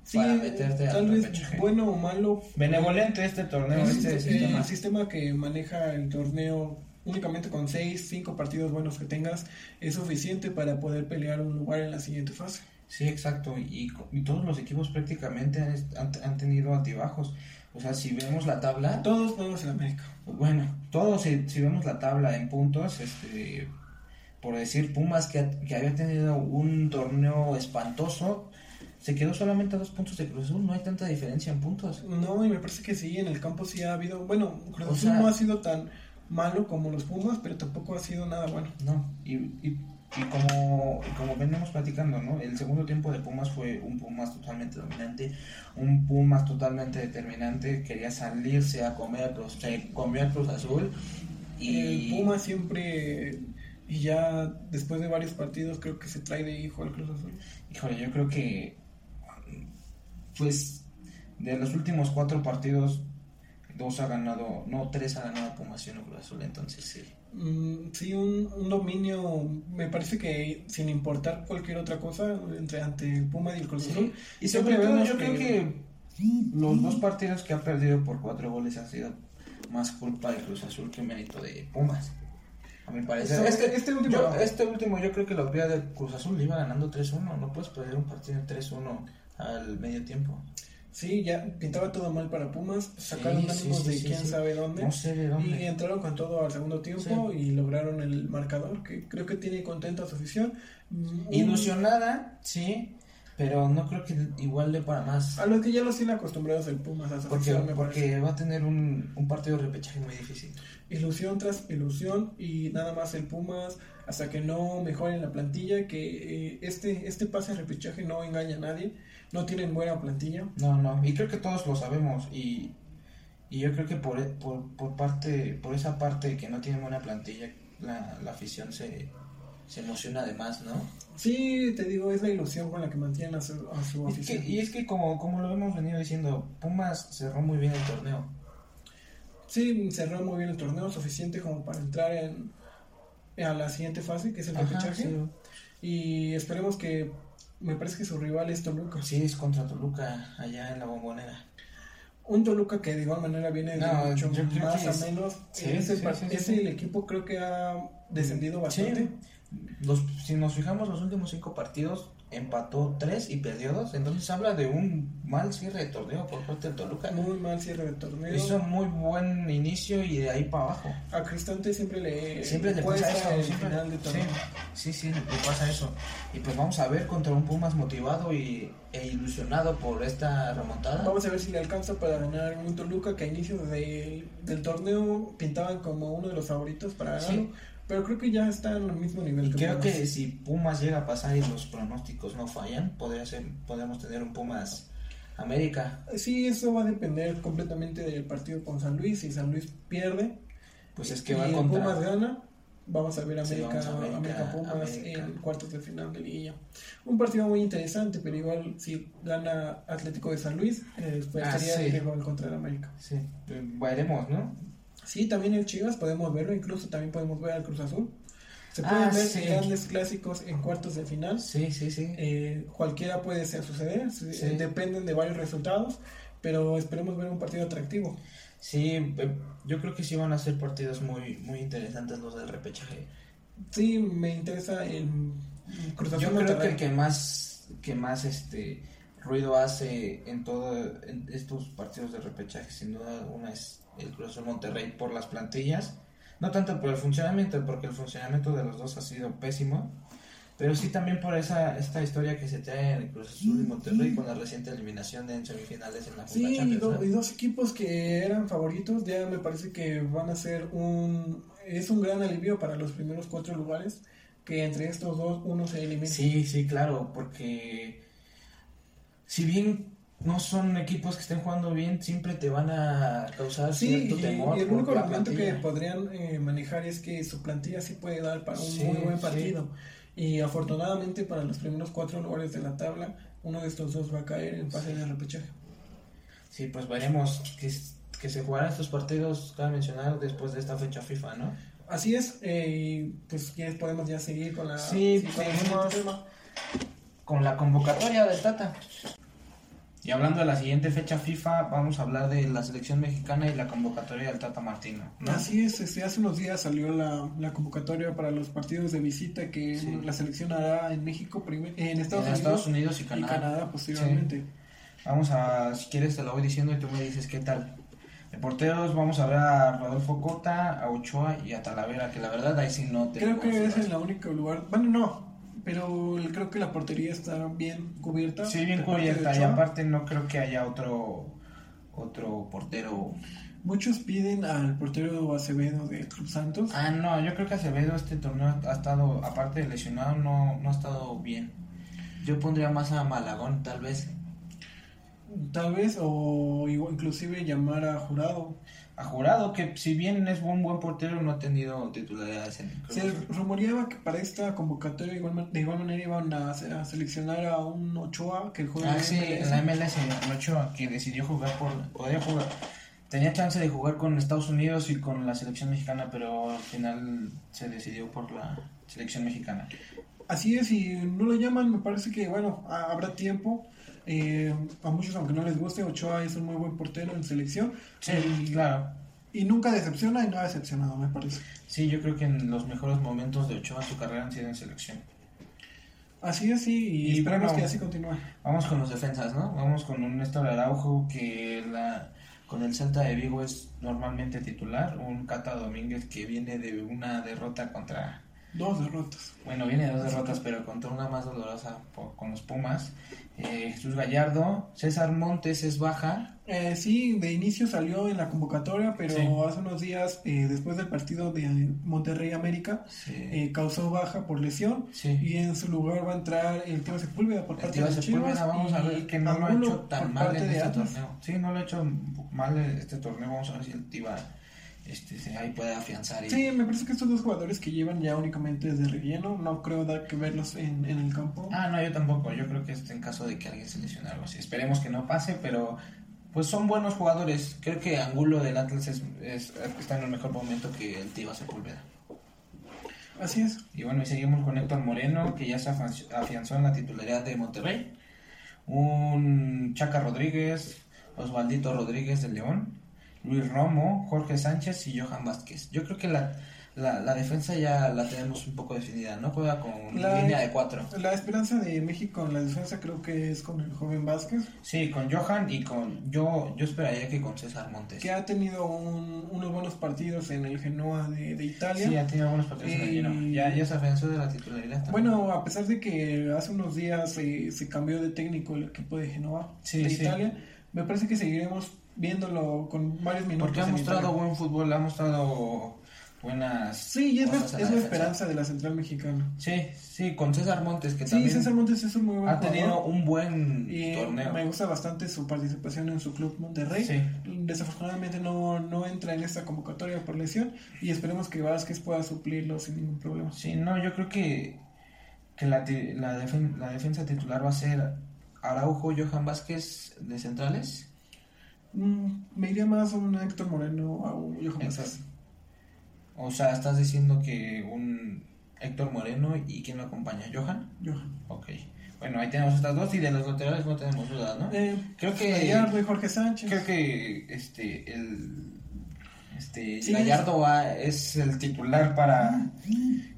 Speaker 1: Sí,
Speaker 2: para meterte al
Speaker 1: tal vez
Speaker 2: repechaje.
Speaker 1: bueno o malo.
Speaker 2: Benevolente este torneo,
Speaker 1: el,
Speaker 2: este
Speaker 1: el
Speaker 2: sistema.
Speaker 1: sistema que maneja el torneo únicamente con 6, 5 partidos buenos que tengas es suficiente para poder pelear un lugar en la siguiente fase.
Speaker 2: Sí, exacto, y, co- y todos los equipos prácticamente han, est- han- han tenido altibajos. O sea, si vemos la tabla,
Speaker 1: Todos menos el América.
Speaker 2: bueno, todos, si, si vemos la tabla en puntos, este, por decir, Pumas, que, ha- que había tenido un torneo espantoso, se quedó solamente a dos puntos de Cruz Azul, no hay tanta diferencia en puntos.
Speaker 1: No, y me parece que sí, en el campo sí ha habido. Bueno, Cruz
Speaker 2: O
Speaker 1: Azul
Speaker 2: sea-
Speaker 1: no ha sido tan malo como los Pumas, pero tampoco ha sido nada bueno.
Speaker 2: No, y, y, y como, y como venimos platicando, ¿no? El segundo tiempo de Pumas fue un Pumas totalmente dominante, un Pumas totalmente determinante, quería salirse a comer a Cruz, se comió a Cruz Azul y
Speaker 1: El Puma siempre, y ya después de varios partidos, creo que se trae de hijo al Cruz Azul.
Speaker 2: Híjole, yo creo que pues de los últimos cuatro partidos dos ha ganado, no tres ha ganado Pumas y uno Cruz Azul, entonces sí.
Speaker 1: Mm, sí, un, un dominio, me parece que sin importar cualquier otra cosa, entre ante el Puma y el Cruz Azul.
Speaker 2: Y
Speaker 1: Siempre
Speaker 2: sobre todo,
Speaker 1: vemos
Speaker 2: yo
Speaker 1: que-
Speaker 2: creo que los dos partidos que ha perdido por cuatro goles han sido más culpa de Cruz Azul que mérito de Pumas. A mi parecer.
Speaker 1: Este- este último
Speaker 2: yo,
Speaker 1: no.
Speaker 2: este último, yo creo que la vida de Cruz Azul le iba ganando 3-1. No puedes perder un partido en 3-1 al medio tiempo.
Speaker 1: Sí, ya pintaba todo mal para Pumas, sacaron
Speaker 2: Sí, sí,
Speaker 1: ánimos
Speaker 2: sí,
Speaker 1: de
Speaker 2: sí,
Speaker 1: quién
Speaker 2: sí.
Speaker 1: sabe dónde.
Speaker 2: No sé de
Speaker 1: Y
Speaker 2: dónde.
Speaker 1: entraron con todo al segundo tiempo y lograron el marcador, que creo que tiene contenta a su afición. Mm,
Speaker 2: Ilusionada, sí, pero no creo que igual de para más.
Speaker 1: A lo que ya los tiene acostumbrados el Pumas a su
Speaker 2: Porque,
Speaker 1: afición, me parece.
Speaker 2: porque va a tener un, un partido de repechaje muy difícil.
Speaker 1: Ilusión tras ilusión y nada más el Pumas hasta que no mejoren la plantilla, que eh, este, este pase a repechaje no engaña a nadie, no tienen buena plantilla.
Speaker 2: No, no, y creo que todos lo sabemos y, y yo creo que por, e- por, por parte por esa parte que no tiene buena plantilla la, la afición se, se emociona además, ¿no?
Speaker 1: Sí, te digo, es la ilusión con la que mantienen a su, a su
Speaker 2: Es que-
Speaker 1: afición.
Speaker 2: y es que como, como lo hemos venido diciendo, Pumas cerró muy bien el torneo.
Speaker 1: Sí, cerró muy bien el torneo, suficiente como para entrar en, a la siguiente fase, que es el
Speaker 2: Ajá,
Speaker 1: repechaje.
Speaker 2: sí.
Speaker 1: Y esperemos que. Me parece que su rival es Toluca.
Speaker 2: Sí, es contra Toluca allá en la bombonera.
Speaker 1: Un Toluca que de igual manera viene de
Speaker 2: No,
Speaker 1: mucho
Speaker 2: yo creo
Speaker 1: más
Speaker 2: que
Speaker 1: a
Speaker 2: es-
Speaker 1: menos.
Speaker 2: sí,
Speaker 1: es el,
Speaker 2: sí,
Speaker 1: par-
Speaker 2: sí, sí,
Speaker 1: es
Speaker 2: sí.
Speaker 1: el equipo creo que ha descendido bastante.
Speaker 2: Los, si nos fijamos los últimos cinco partidos, empató tres y perdió dos. Entonces habla de un mal cierre de torneo por parte del Toluca.
Speaker 1: Muy mal cierre de torneo.
Speaker 2: Hizo muy buen inicio y de ahí para abajo.
Speaker 1: A Cristante siempre le
Speaker 2: Siempre le
Speaker 1: cuesta
Speaker 2: pasa eso.
Speaker 1: Eh, el
Speaker 2: siempre-
Speaker 1: final de torneo.
Speaker 2: sí, sí, sí, le pasa eso. Y pues vamos a ver contra un Pumas motivado y, e ilusionado por esta remontada.
Speaker 1: Vamos a ver si le alcanza para ganar un Toluca que a inicio del, del torneo pintaban como uno de los favoritos para
Speaker 2: Sí.
Speaker 1: ganarlo. Pero creo que ya está en el mismo nivel
Speaker 2: Y creo
Speaker 1: Pumas.
Speaker 2: que si Pumas llega a pasar y los pronósticos no fallan, podría ser, podríamos tener un Pumas América.
Speaker 1: Sí, eso va a depender completamente del partido con San Luis. Si San Luis pierde,
Speaker 2: Pues es que
Speaker 1: y
Speaker 2: va
Speaker 1: el
Speaker 2: contra.
Speaker 1: Pumas gana, vamos a ver a
Speaker 2: Sí,
Speaker 1: América,
Speaker 2: vamos a América,
Speaker 1: América Pumas
Speaker 2: América.
Speaker 1: en cuartos de final de liguilla. Un partido muy interesante, pero igual si gana Atlético de San Luis, eh, pues
Speaker 2: Ah,
Speaker 1: sería el
Speaker 2: sí.
Speaker 1: rival contra el América.
Speaker 2: Sí, eh, veremos, ¿no?
Speaker 1: Sí, también el Chivas podemos verlo, incluso también podemos ver al Cruz Azul. Se
Speaker 2: Ah,
Speaker 1: pueden ver
Speaker 2: sí.
Speaker 1: grandes clásicos en cuartos de final.
Speaker 2: Sí, sí, sí.
Speaker 1: Eh, cualquiera puede ser suceder, se-
Speaker 2: Sí.
Speaker 1: dependen de varios resultados, pero esperemos ver un partido atractivo.
Speaker 2: Sí, eh, yo creo que sí van a ser partidos muy, muy interesantes los del repechaje.
Speaker 1: Sí, me interesa el Cruz Azul.
Speaker 2: Yo creo que
Speaker 1: Monterrey.
Speaker 2: el que más, que más este ruido hace en todo en estos partidos de repechaje, sin duda alguna, es el Cruz Azul Monterrey por las plantillas. No tanto por el funcionamiento, porque el funcionamiento de los dos ha sido pésimo, pero sí también por esa esta historia que se trae en el Cruz Azul y Monterrey con la reciente eliminación de en semifinales en la Copa
Speaker 1: Sí, y,
Speaker 2: Champions.
Speaker 1: do-
Speaker 2: ¿no?
Speaker 1: y dos equipos que eran favoritos ya me parece que van a ser un... Es un gran alivio para los primeros cuatro lugares, que entre estos dos uno se elimine.
Speaker 2: Sí, sí, claro, porque si bien no son equipos que estén jugando bien, siempre te van a causar
Speaker 1: Sí,
Speaker 2: cierto
Speaker 1: y,
Speaker 2: temor.
Speaker 1: y el
Speaker 2: por
Speaker 1: único
Speaker 2: la
Speaker 1: argumento que
Speaker 2: plantilla.
Speaker 1: podrían eh, manejar es que su plantilla sí puede dar para un
Speaker 2: Sí,
Speaker 1: muy buen
Speaker 2: sí.
Speaker 1: partido. Y afortunadamente para los primeros cuatro lugares de la tabla, uno de estos dos va a caer en pase de repechaje.
Speaker 2: Sí, pues veremos que, s- que se jugarán estos partidos, cabe mencionar, después de esta fecha FIFA, ¿no?
Speaker 1: Así es, eh, y pues ya podemos ya seguir con la...
Speaker 2: Sí,
Speaker 1: Ah, con el
Speaker 2: seguimos.
Speaker 1: siguiente tema.
Speaker 2: Con la convocatoria del Tata. Y hablando de la siguiente fecha FIFA, vamos a hablar de la selección mexicana y la convocatoria del Tata Martino. ¿no?
Speaker 1: Así es, este, hace unos días salió la, la convocatoria para los partidos de visita que
Speaker 2: Sí.
Speaker 1: la selección hará en México, primero, en
Speaker 2: En
Speaker 1: Estados Unidos
Speaker 2: Estados Unidos y
Speaker 1: y
Speaker 2: Canadá.
Speaker 1: Canadá posteriormente.
Speaker 2: Vamos a, si quieres te lo voy diciendo y tú me dices qué tal. De porteros vamos a ver a Rodolfo Cota, a Ochoa y a Talavera, que la verdad ahí sí no te...
Speaker 1: Creo que
Speaker 2: puedo
Speaker 1: es
Speaker 2: decir.
Speaker 1: el único lugar. Bueno, no. Pero el- creo que la portería está bien cubierta.
Speaker 2: Sí, bien
Speaker 1: de parte de
Speaker 2: cubierta y
Speaker 1: Ochoa.
Speaker 2: aparte no creo que haya otro otro portero.
Speaker 1: Muchos piden al portero Acevedo del Club Santos.
Speaker 2: Ah, no, yo creo que Acevedo este torneo ha estado, aparte de lesionado, no, no ha estado bien. Yo pondría más a Malagón, tal vez.
Speaker 1: Tal vez, o igual- inclusive llamar a Jurado.
Speaker 2: A Jurado, que si bien es un buen portero, no ha tenido titularidades en el club.
Speaker 1: Se rumoreaba que para esta convocatoria igual ma- de igual manera iban a, se- a seleccionar a un Ochoa que juega
Speaker 2: Ah,
Speaker 1: en
Speaker 2: sí,
Speaker 1: MLS.
Speaker 2: en la MLS, el Ochoa, que decidió jugar por. Podría jugar. Tenía chance de jugar con Estados Unidos y con la selección mexicana, pero al final se decidió por la selección mexicana.
Speaker 1: Así es, y no lo llaman, me parece que, bueno, a- habrá tiempo. Eh, a muchos, aunque no les guste, Ochoa es un muy buen portero en selección.
Speaker 2: Sí, claro.
Speaker 1: Y nunca decepciona y no ha decepcionado, me parece.
Speaker 2: Sí, yo creo que en los mejores momentos de Ochoa en su carrera han sido en selección.
Speaker 1: Así es, sí, y,
Speaker 2: Y
Speaker 1: esperemos
Speaker 2: bueno,
Speaker 1: que así continúe.
Speaker 2: Vamos con los defensas, ¿no? Vamos con un Néstor Araujo que la, con el Celta de Vigo es normalmente titular. Un Cata Domínguez que viene de una derrota contra
Speaker 1: Dos derrotas.
Speaker 2: Bueno, viene de dos derrotas, pero contra una más dolorosa por- con los Pumas. Eh, Jesús Gallardo, César Montes es baja.
Speaker 1: Eh, sí, de inicio salió en la convocatoria, pero
Speaker 2: Sí.
Speaker 1: hace unos días, eh, después del partido de Monterrey América,
Speaker 2: Sí.
Speaker 1: eh, causó baja por lesión.
Speaker 2: sí.
Speaker 1: Y en su lugar va a entrar el Teo Sepúlveda por
Speaker 2: El
Speaker 1: parte
Speaker 2: tío
Speaker 1: de
Speaker 2: Sepúlveda,
Speaker 1: Chivas
Speaker 2: vamos a
Speaker 1: y
Speaker 2: ver que no lo ha
Speaker 1: Angulo
Speaker 2: hecho
Speaker 1: por
Speaker 2: tan mal
Speaker 1: parte
Speaker 2: en
Speaker 1: de
Speaker 2: este
Speaker 1: Atlas.
Speaker 2: torneo. Sí, no lo ha hecho mal en este torneo. Vamos a ver si el Tiba este, se- ahí puede afianzar. Y,
Speaker 1: Sí, me parece que estos dos jugadores que llevan ya únicamente de relleno, no creo dar que verlos en, en el campo.
Speaker 2: Ah, no, yo tampoco. Yo creo que este en caso de que alguien se lesione o algo así. Esperemos que no pase, pero pues son buenos jugadores. Creo que Angulo del Atlas es, es- está en el mejor momento que el Tiba Sepúlveda.
Speaker 1: Así es.
Speaker 2: Y bueno, y seguimos con Héctor Moreno, que ya se afianzó- afianzó en la titularidad de Monterrey. Un Chaca Rodríguez, Osvaldito Rodríguez del León, Luis Romo, Jorge Sánchez y Johan Vázquez. Yo creo que la, la, la defensa ya la tenemos un poco definida, ¿no? Juega con
Speaker 1: La-
Speaker 2: línea de cuatro.
Speaker 1: La esperanza de México en la defensa creo que es con el joven Vázquez,
Speaker 2: Sí, con Johan y con... Yo, yo esperaría que con César Montes.
Speaker 1: que ha tenido un- unos buenos partidos en el Genoa de, de Italia.
Speaker 2: Sí, ha tenido buenos partidos en el
Speaker 1: Y-
Speaker 2: Genoa. Ya, ya se afianzó de la titularidad también.
Speaker 1: Bueno, a pesar de que hace unos días eh, se cambió de técnico el equipo de Genoa
Speaker 2: Sí,
Speaker 1: de
Speaker 2: sí.
Speaker 1: Italia, me parece que seguiremos viéndolo con varios minutos.
Speaker 2: Porque ha
Speaker 1: en
Speaker 2: mostrado
Speaker 1: Italia.
Speaker 2: buen fútbol, ha mostrado buenas.
Speaker 1: Sí, y es, la, es
Speaker 2: cosas en la
Speaker 1: la
Speaker 2: defensa.
Speaker 1: esperanza de la central mexicana.
Speaker 2: Sí, sí, con César Montes, que
Speaker 1: Sí,
Speaker 2: también
Speaker 1: César Montes es un muy buen
Speaker 2: ha
Speaker 1: jugador.
Speaker 2: tenido un buen
Speaker 1: Y
Speaker 2: torneo.
Speaker 1: me gusta bastante su participación en su club Monterrey.
Speaker 2: Sí.
Speaker 1: Desafortunadamente no, no entra en esta convocatoria por lesión y esperemos que Vázquez pueda suplirlo sin ningún problema.
Speaker 2: Sí, no, yo creo que, que la, ti- la, defen- la defensa titular va a ser Araujo, Johan Vázquez de centrales.
Speaker 1: Mm, me iría más un Héctor Moreno a un Johan
Speaker 2: Héctor.
Speaker 1: Vázquez.
Speaker 2: O sea, estás diciendo que un Héctor Moreno y quién lo acompaña, Johan.
Speaker 1: Johan.
Speaker 2: Ok. Bueno, ahí tenemos estas dos y de los laterales no tenemos dudas, ¿no?
Speaker 1: Eh,
Speaker 2: creo que
Speaker 1: Gallardo y Jorge Sánchez.
Speaker 2: Creo que este el este
Speaker 1: Sí,
Speaker 2: Gallardo va- es el titular para
Speaker 1: Ah,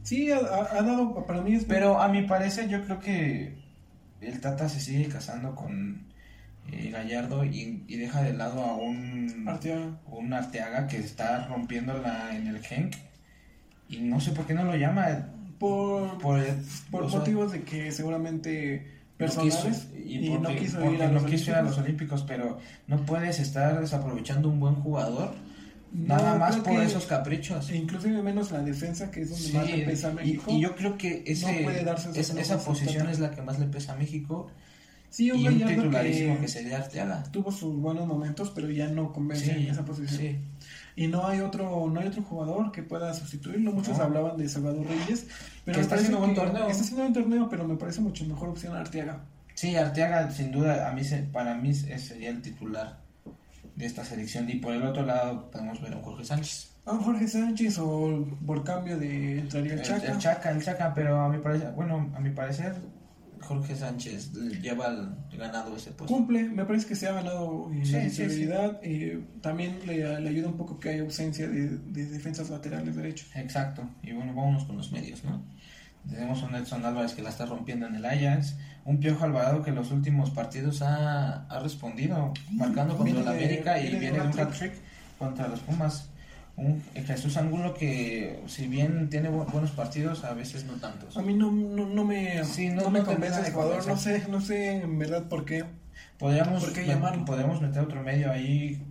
Speaker 1: Sí, ha, ha- ha dado para mí es
Speaker 2: pero a mi parecer yo creo que el Tata se sigue casando con eh, Gallardo y, y deja de lado a un
Speaker 1: Arteaga.
Speaker 2: un Arteaga que está rompiéndola en el Genk y no sé por qué no lo llama
Speaker 1: por, por,
Speaker 2: por, eh, o sea,
Speaker 1: motivos de que seguramente
Speaker 2: no quiso-
Speaker 1: personales
Speaker 2: y, porque,
Speaker 1: no quiso
Speaker 2: porque
Speaker 1: ir a
Speaker 2: no
Speaker 1: los
Speaker 2: quiso ir a los
Speaker 1: Olímpicos.
Speaker 2: Olímpicos, pero no puedes estar desaprovechando un buen jugador Nada
Speaker 1: No,
Speaker 2: más
Speaker 1: creo
Speaker 2: por
Speaker 1: que-
Speaker 2: esos caprichos.
Speaker 1: E inclusive menos la defensa, que es donde
Speaker 2: Sí,
Speaker 1: más le pesa a
Speaker 2: y,
Speaker 1: México.
Speaker 2: y yo creo que ese,
Speaker 1: No puede darse esos
Speaker 2: es- esa
Speaker 1: lujos,
Speaker 2: posición
Speaker 1: Tata.
Speaker 2: es la que más le pesa a México.
Speaker 1: sí, un
Speaker 2: Y
Speaker 1: güey
Speaker 2: un
Speaker 1: ya creo
Speaker 2: titularísimo que
Speaker 1: que
Speaker 2: sería Arteaga.
Speaker 1: tuvo sus buenos momentos, pero ya no convence en esa posición.
Speaker 2: sí.
Speaker 1: Y no hay otro no hay otro jugador que pueda sustituirlo. Muchos
Speaker 2: No.
Speaker 1: hablaban de Salvador Reyes, pero me
Speaker 2: Que está
Speaker 1: parece
Speaker 2: haciendo buen
Speaker 1: que-
Speaker 2: torneo.
Speaker 1: Está haciendo buen torneo, pero me parece mucho mejor opción Arteaga.
Speaker 2: Sí, Arteaga sin duda a mí se- para mí ese sería el titular de esta selección y por el otro lado podemos ver a un Jorge Sánchez.
Speaker 1: Ah, Jorge Sánchez o por cambio de entraría
Speaker 2: El
Speaker 1: el
Speaker 2: el
Speaker 1: Chaca.
Speaker 2: Chaca, el Chaca, pero a mi parecer, bueno, a mi parecer Jorge Sánchez lleva el- ganado ese puesto.
Speaker 1: Cumple, me parece que se ha ganado eh,
Speaker 2: Sí,
Speaker 1: la
Speaker 2: sí,
Speaker 1: titularidad. eh, también le, le ayuda un poco que hay ausencia de, de defensas laterales derechos.
Speaker 2: Exacto, y bueno, vámonos con los medios, ¿no? Tenemos un Edson Álvarez que la está rompiendo en el Ajax, un Piojo Alvarado que en los últimos partidos ha, ha respondido, marcando contra
Speaker 1: Mm, Viene
Speaker 2: el
Speaker 1: de-
Speaker 2: América y
Speaker 1: viene de
Speaker 2: viene de
Speaker 1: un
Speaker 2: un
Speaker 1: hat-trick.
Speaker 2: hat-trick contra los Pumas. Un Jesús Angulo que, si bien tiene bu- buenos partidos, a veces no tantos.
Speaker 1: A mí no, no, no me,
Speaker 2: Sí, no-
Speaker 1: no,
Speaker 2: no
Speaker 1: me
Speaker 2: te
Speaker 1: convence
Speaker 2: termina
Speaker 1: el
Speaker 2: de
Speaker 1: jugador. No
Speaker 2: convencer.
Speaker 1: sé, no sé en verdad por qué.
Speaker 2: Podríamos,
Speaker 1: ¿Por qué
Speaker 2: met-
Speaker 1: llamarlo?
Speaker 2: podríamos meter otro medio ahí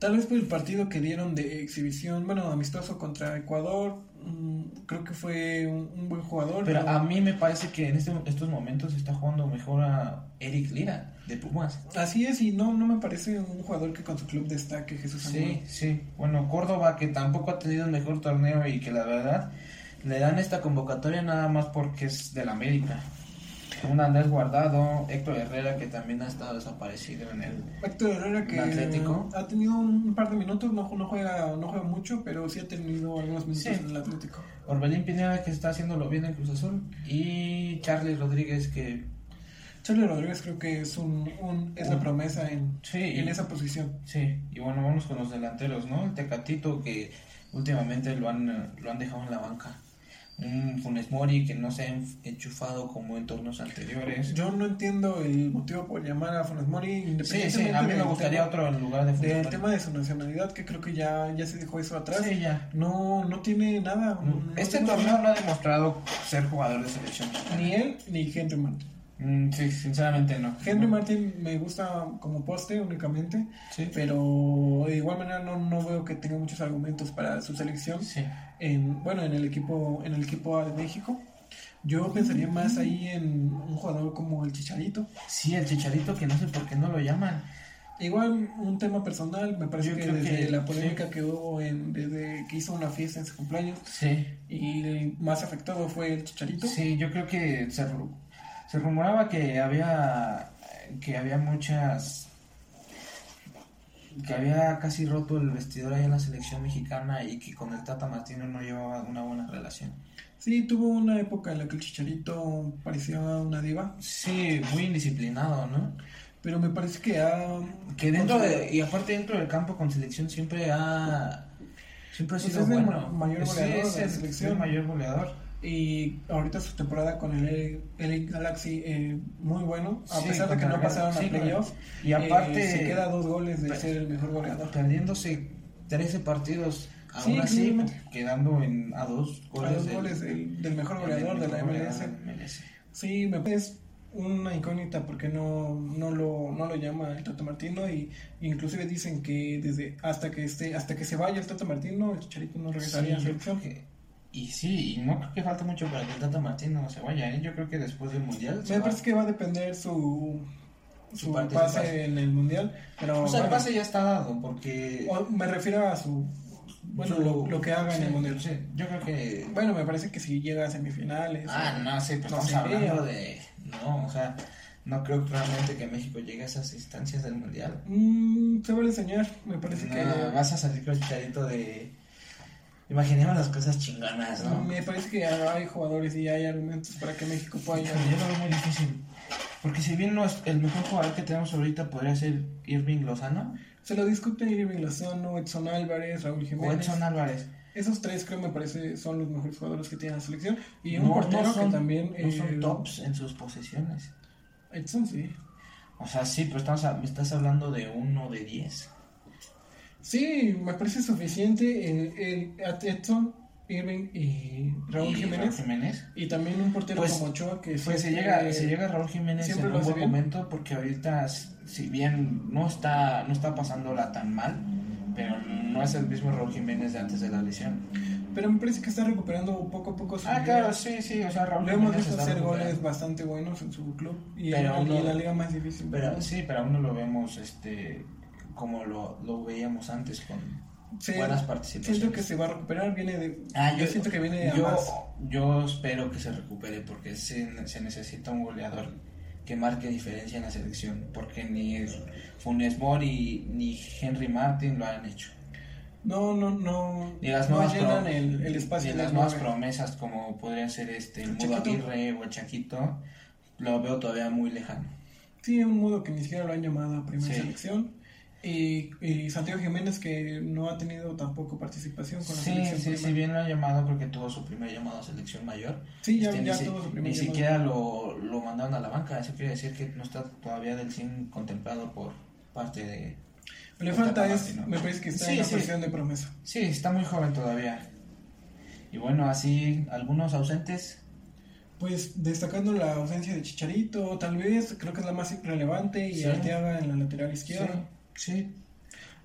Speaker 1: Tal vez por el partido que dieron de exhibición, bueno, amistoso contra Ecuador, mm, creo que fue un, un buen jugador.
Speaker 2: Pero ah,
Speaker 1: pero-
Speaker 2: a mí me parece que en este- estos momentos está jugando mejor a Eric Lira de Pumas.
Speaker 1: Así es, y no, no me parece un jugador que con su club destaque Jesús
Speaker 2: Sí,
Speaker 1: Angulo.
Speaker 2: sí. Bueno, Córdoba que tampoco ha tenido el mejor torneo y que la verdad le dan esta convocatoria nada más porque es del América. Un Andrés Guardado, Héctor Herrera que también ha estado desaparecido en el...
Speaker 1: Héctor Herrera que
Speaker 2: ¿El Atlético?
Speaker 1: ha tenido un par de minutos, no, no juega, no juega mucho, pero sí ha tenido algunos minutos
Speaker 2: Sí.
Speaker 1: en el Atlético.
Speaker 2: Orbelín Pineda que está haciéndolo bien en Cruz Azul y Charlie Rodríguez que...
Speaker 1: Charlie Rodríguez creo que es un, un- es la
Speaker 2: Un-
Speaker 1: promesa en,
Speaker 2: Sí,
Speaker 1: en
Speaker 2: y-
Speaker 1: esa posición.
Speaker 2: Sí, y bueno, vamos con los delanteros, ¿no? El Tecatito que últimamente lo han, eh, lo han dejado en la banca. Un Funes Mori que no se ha enf- enchufado como en tornos anteriores.
Speaker 1: Yo no entiendo el motivo por llamar a Funes Mori
Speaker 2: Sí,
Speaker 1: independientemente
Speaker 2: sí, a mí me
Speaker 1: del
Speaker 2: gustaría
Speaker 1: tema-
Speaker 2: otro en lugar de Funes
Speaker 1: del
Speaker 2: Mori.
Speaker 1: tema de su nacionalidad, que creo que ya, ya se dejó eso atrás.
Speaker 2: Sí, ya.
Speaker 1: No, no tiene nada. no- no
Speaker 2: Este
Speaker 1: tiene
Speaker 2: torneo
Speaker 1: nada.
Speaker 2: no ha demostrado ser jugador de selección.
Speaker 1: Ni él ni Henry Martin.
Speaker 2: Mm, sí, sinceramente no.
Speaker 1: Henry Martin me gusta como poste únicamente,
Speaker 2: Sí,
Speaker 1: pero de igual manera no, no veo que tenga muchos argumentos para su selección.
Speaker 2: sí.
Speaker 1: En, bueno, en el equipo en el equipo A de México. Yo pensaría más ahí en un jugador como el Chicharito.
Speaker 2: Sí, el Chicharito que no sé por qué no lo llaman.
Speaker 1: Igual un tema personal, me parece
Speaker 2: Yo
Speaker 1: que
Speaker 2: creo
Speaker 1: desde
Speaker 2: que-
Speaker 1: la polémica que hubo en, desde que hizo una fiesta en su cumpleaños
Speaker 2: Sí.
Speaker 1: y el más afectado fue el Chicharito.
Speaker 2: Sí, yo creo que se, ru- se rumoraba que había que había muchas que había casi roto el vestidor ahí en la selección mexicana y que con el Tata Martino no llevaba una buena relación.
Speaker 1: Sí, tuvo una época en la que el Chicharito parecía una diva,
Speaker 2: Sí, muy indisciplinado, ¿no?
Speaker 1: pero me parece que ha...
Speaker 2: Que dentro de y aparte dentro del campo con selección siempre ha siempre ha
Speaker 1: Pues
Speaker 2: sido
Speaker 1: es el
Speaker 2: bueno.
Speaker 1: ma- mayor
Speaker 2: Sí,
Speaker 1: goleador
Speaker 2: es
Speaker 1: de la
Speaker 2: el-
Speaker 1: selección.
Speaker 2: el mayor goleador.
Speaker 1: Y ahorita su temporada con el LA Galaxy eh, muy bueno, a
Speaker 2: Sí,
Speaker 1: pesar de que
Speaker 2: contra
Speaker 1: no
Speaker 2: el-
Speaker 1: pasaron
Speaker 2: sí,
Speaker 1: a playoffs.
Speaker 2: Y aparte
Speaker 1: eh, se queda a dos goles de
Speaker 2: Pero-
Speaker 1: ser el mejor goleador.
Speaker 2: perdiéndose 13 partidos,
Speaker 1: Sí,
Speaker 2: aún así
Speaker 1: increíblemente.
Speaker 2: quedando en, a dos goles,
Speaker 1: A dos
Speaker 2: del-
Speaker 1: goles del, del mejor
Speaker 2: del
Speaker 1: goleador de la
Speaker 2: mejor
Speaker 1: MLS.
Speaker 2: goleador de la MLS.
Speaker 1: Sí, me es una incógnita porque no, no lo, no lo llama el Tata Martino y inclusive dicen que desde hasta que esté, hasta que se vaya el Tata Martino, el Chicharito no regresaría a
Speaker 2: Sí,
Speaker 1: la
Speaker 2: yo
Speaker 1: selección.
Speaker 2: creo que- y sí, y no creo que falte mucho para que el Tata Martino se vaya. ¿eh? Yo creo que después del Mundial. se
Speaker 1: Me
Speaker 2: va.
Speaker 1: parece que va a depender su,
Speaker 2: Su
Speaker 1: su
Speaker 2: participación.
Speaker 1: pase en el mundial, pero
Speaker 2: O sea, el
Speaker 1: bueno,
Speaker 2: pase ya está dado, porque.
Speaker 1: o- me refiero a su bueno
Speaker 2: su-
Speaker 1: lo, lo que haga
Speaker 2: sí,
Speaker 1: en el mundial.
Speaker 2: sí, yo creo que.
Speaker 1: Bueno, me parece que si llega a semifinales.
Speaker 2: Ah,
Speaker 1: o-
Speaker 2: no, sí, pero
Speaker 1: No
Speaker 2: estamos
Speaker 1: sé.
Speaker 2: hablando de. No, o sea, no creo realmente que México llegue a esas instancias del Mundial.
Speaker 1: Mm, se vale soñar, me parece
Speaker 2: No,
Speaker 1: que
Speaker 2: vas a salir con el chicharito de. Imaginemos las cosas chingonas, ¿no?
Speaker 1: me parece que hay jugadores y hay argumentos para que México pueda
Speaker 2: Yo <laughs>
Speaker 1: llegar.
Speaker 2: lo veo muy difícil. Porque si bien no es el mejor jugador que tenemos ahorita podría ser Irving Lozano
Speaker 1: Se lo discuten Irving Lozano, Edson Álvarez, Raúl
Speaker 2: o
Speaker 1: Jiménez.
Speaker 2: Edson Álvarez.
Speaker 1: Esos tres creo me parece son los mejores jugadores que tiene la selección. Y un
Speaker 2: No,
Speaker 1: portero
Speaker 2: no son-
Speaker 1: que también...
Speaker 2: no son
Speaker 1: eh,
Speaker 2: tops en sus posiciones.
Speaker 1: Edson sí.
Speaker 2: O sea, sí, pero estamos a- me estás hablando de uno de diez.
Speaker 1: Sí, me parece suficiente el, el- a Edson, Irving y Raúl
Speaker 2: Y
Speaker 1: Jiménez.
Speaker 2: Jiménez.
Speaker 1: Y también un portero
Speaker 2: Pues-
Speaker 1: como Ochoa que
Speaker 2: Pues se
Speaker 1: siempre-
Speaker 2: llega, se llega Raúl Jiménez
Speaker 1: siempre
Speaker 2: en
Speaker 1: lo
Speaker 2: un
Speaker 1: hace
Speaker 2: buen
Speaker 1: bien.
Speaker 2: momento porque ahorita, si bien no está, no está pasándola tan mal, pero no es el mismo Raúl Jiménez de antes de la lesión.
Speaker 1: Pero me parece que está recuperando poco a poco su
Speaker 2: Ah,
Speaker 1: nivel.
Speaker 2: claro, sí, sí, o sea, Raúl
Speaker 1: Lo hemos
Speaker 2: Jiménez
Speaker 1: visto
Speaker 2: está
Speaker 1: hacer
Speaker 2: recuperando.
Speaker 1: goles bastante buenos en su club y
Speaker 2: Pero
Speaker 1: en,
Speaker 2: no-
Speaker 1: la liga más difícil.
Speaker 2: Pero sí, pero aún no lo vemos este como lo, lo veíamos antes con
Speaker 1: Sí,
Speaker 2: buenas participaciones.
Speaker 1: Siento que se va a recuperar, viene de...
Speaker 2: Ah,
Speaker 1: yo, siento que viene a
Speaker 2: yo,
Speaker 1: más.
Speaker 2: yo espero que se recupere porque se, se necesita un goleador que marque diferencia en la selección porque ni el Funes Mori ni Henry Martin lo han hecho.
Speaker 1: No, no, no.
Speaker 2: Ni las
Speaker 1: no
Speaker 2: nuevas,
Speaker 1: llenan
Speaker 2: pro-
Speaker 1: el, el espacio.
Speaker 2: ni
Speaker 1: de
Speaker 2: las nuevas
Speaker 1: nueve.
Speaker 2: promesas como podrían ser este el
Speaker 1: El
Speaker 2: Mudo
Speaker 1: Chaquito.
Speaker 2: Aguirre o el Chaquito lo veo todavía muy lejano.
Speaker 1: Sí, un mudo que ni siquiera lo han llamado a primera
Speaker 2: Sí.
Speaker 1: selección. Y, y Santiago Jiménez que no ha tenido tampoco participación con la
Speaker 2: Sí,
Speaker 1: selección.
Speaker 2: sí, sí,
Speaker 1: primera.
Speaker 2: bien lo ha llamado, creo que tuvo su primer llamado a selección mayor.
Speaker 1: Sí, ya,
Speaker 2: Este,
Speaker 1: ya
Speaker 2: ni si-
Speaker 1: tuvo su primer
Speaker 2: Ni
Speaker 1: llamado.
Speaker 2: siquiera lo, lo mandaron a la banca, eso quiere decir que no está todavía del 100 contemplado por parte de...
Speaker 1: Le falta
Speaker 2: Tata
Speaker 1: es,
Speaker 2: Martino.
Speaker 1: me parece que está
Speaker 2: Sí,
Speaker 1: en la
Speaker 2: sí.
Speaker 1: posición de promesa.
Speaker 2: Sí, está muy joven todavía. Y bueno, así algunos ausentes.
Speaker 1: Pues destacando la ausencia de Chicharito, tal vez, creo que es la más relevante, y
Speaker 2: Sí.
Speaker 1: Arteaga en la lateral
Speaker 2: Sí,
Speaker 1: izquierda.
Speaker 2: sí.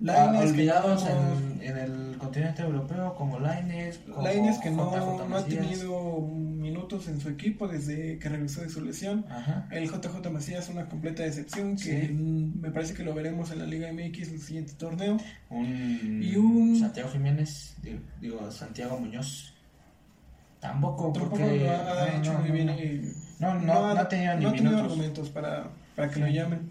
Speaker 1: Lainez
Speaker 2: Ah,
Speaker 1: que
Speaker 2: olvidados
Speaker 1: no-
Speaker 2: en, en el continente europeo como Laines.
Speaker 1: Lainez que no, no ha tenido minutos en su equipo desde que regresó de su lesión.
Speaker 2: Ajá.
Speaker 1: El JJ Macías una completa decepción que
Speaker 2: Sí.
Speaker 1: mm, me parece que lo veremos en la Liga MX en el siguiente torneo.
Speaker 2: Un,
Speaker 1: Y un-
Speaker 2: Santiago Jiménez, digo, digo, Santiago Muñoz. Tampoco,
Speaker 1: Tampoco
Speaker 2: porque
Speaker 1: lo ha
Speaker 2: no,
Speaker 1: hecho
Speaker 2: no,
Speaker 1: muy
Speaker 2: no,
Speaker 1: bien.
Speaker 2: no.
Speaker 1: eh,
Speaker 2: No, no, no ha tenido ni
Speaker 1: no ha tenido
Speaker 2: minutos.
Speaker 1: argumentos para, para que
Speaker 2: Sí.
Speaker 1: lo llamen.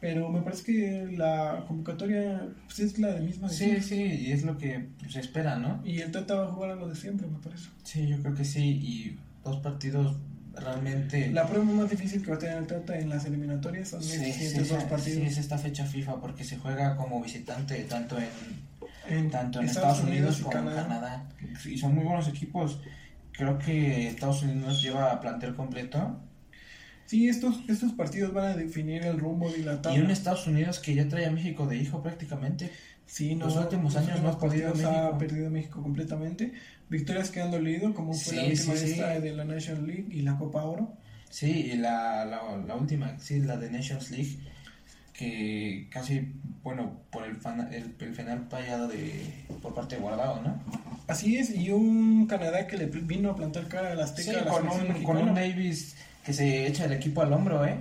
Speaker 1: Pero me parece que la convocatoria pues, es la de misma. de
Speaker 2: Sí,
Speaker 1: siempre.
Speaker 2: sí, y es lo que pues, se espera, ¿no?
Speaker 1: Y el Tata va a jugar algo de siempre, me parece.
Speaker 2: Sí, yo creo que sí, y dos partidos realmente...
Speaker 1: La prueba más difícil que va a tener el Tata en las eliminatorias son
Speaker 2: Sí,
Speaker 1: los
Speaker 2: sí,
Speaker 1: siguientes
Speaker 2: sí,
Speaker 1: dos
Speaker 2: sí,
Speaker 1: partidos.
Speaker 2: es esta fecha FIFA porque se juega como visitante tanto en,
Speaker 1: En
Speaker 2: tanto en Estados, Unidos, como en Canadá. Y son muy buenos equipos. Creo que Estados Unidos lleva plantel completo.
Speaker 1: Sí, estos, estos partidos van a definir el rumbo de la tabla.
Speaker 2: Y un Estados Unidos que ya trae a México de hijo prácticamente.
Speaker 1: Sí, no,
Speaker 2: Los últimos años
Speaker 1: últimos
Speaker 2: no ha podido
Speaker 1: partidos ha
Speaker 2: México.
Speaker 1: perdido México completamente. Victorias que han dolido, como fue la
Speaker 2: Sí,
Speaker 1: última
Speaker 2: sí, sí.
Speaker 1: esta de la National League y la Copa Oro.
Speaker 2: Sí, y la, la, la última, sí, la de Nations League, que casi, bueno, por el, fan- el, el final fallado de, por parte de Guardado, ¿no?
Speaker 1: Así es, y un Canadá que le pl- vino a plantar cara a la Azteca
Speaker 2: Sí,
Speaker 1: a la
Speaker 2: con
Speaker 1: selección
Speaker 2: un, con un
Speaker 1: mexicana.
Speaker 2: Davis que se echa el equipo al hombro, ¿eh?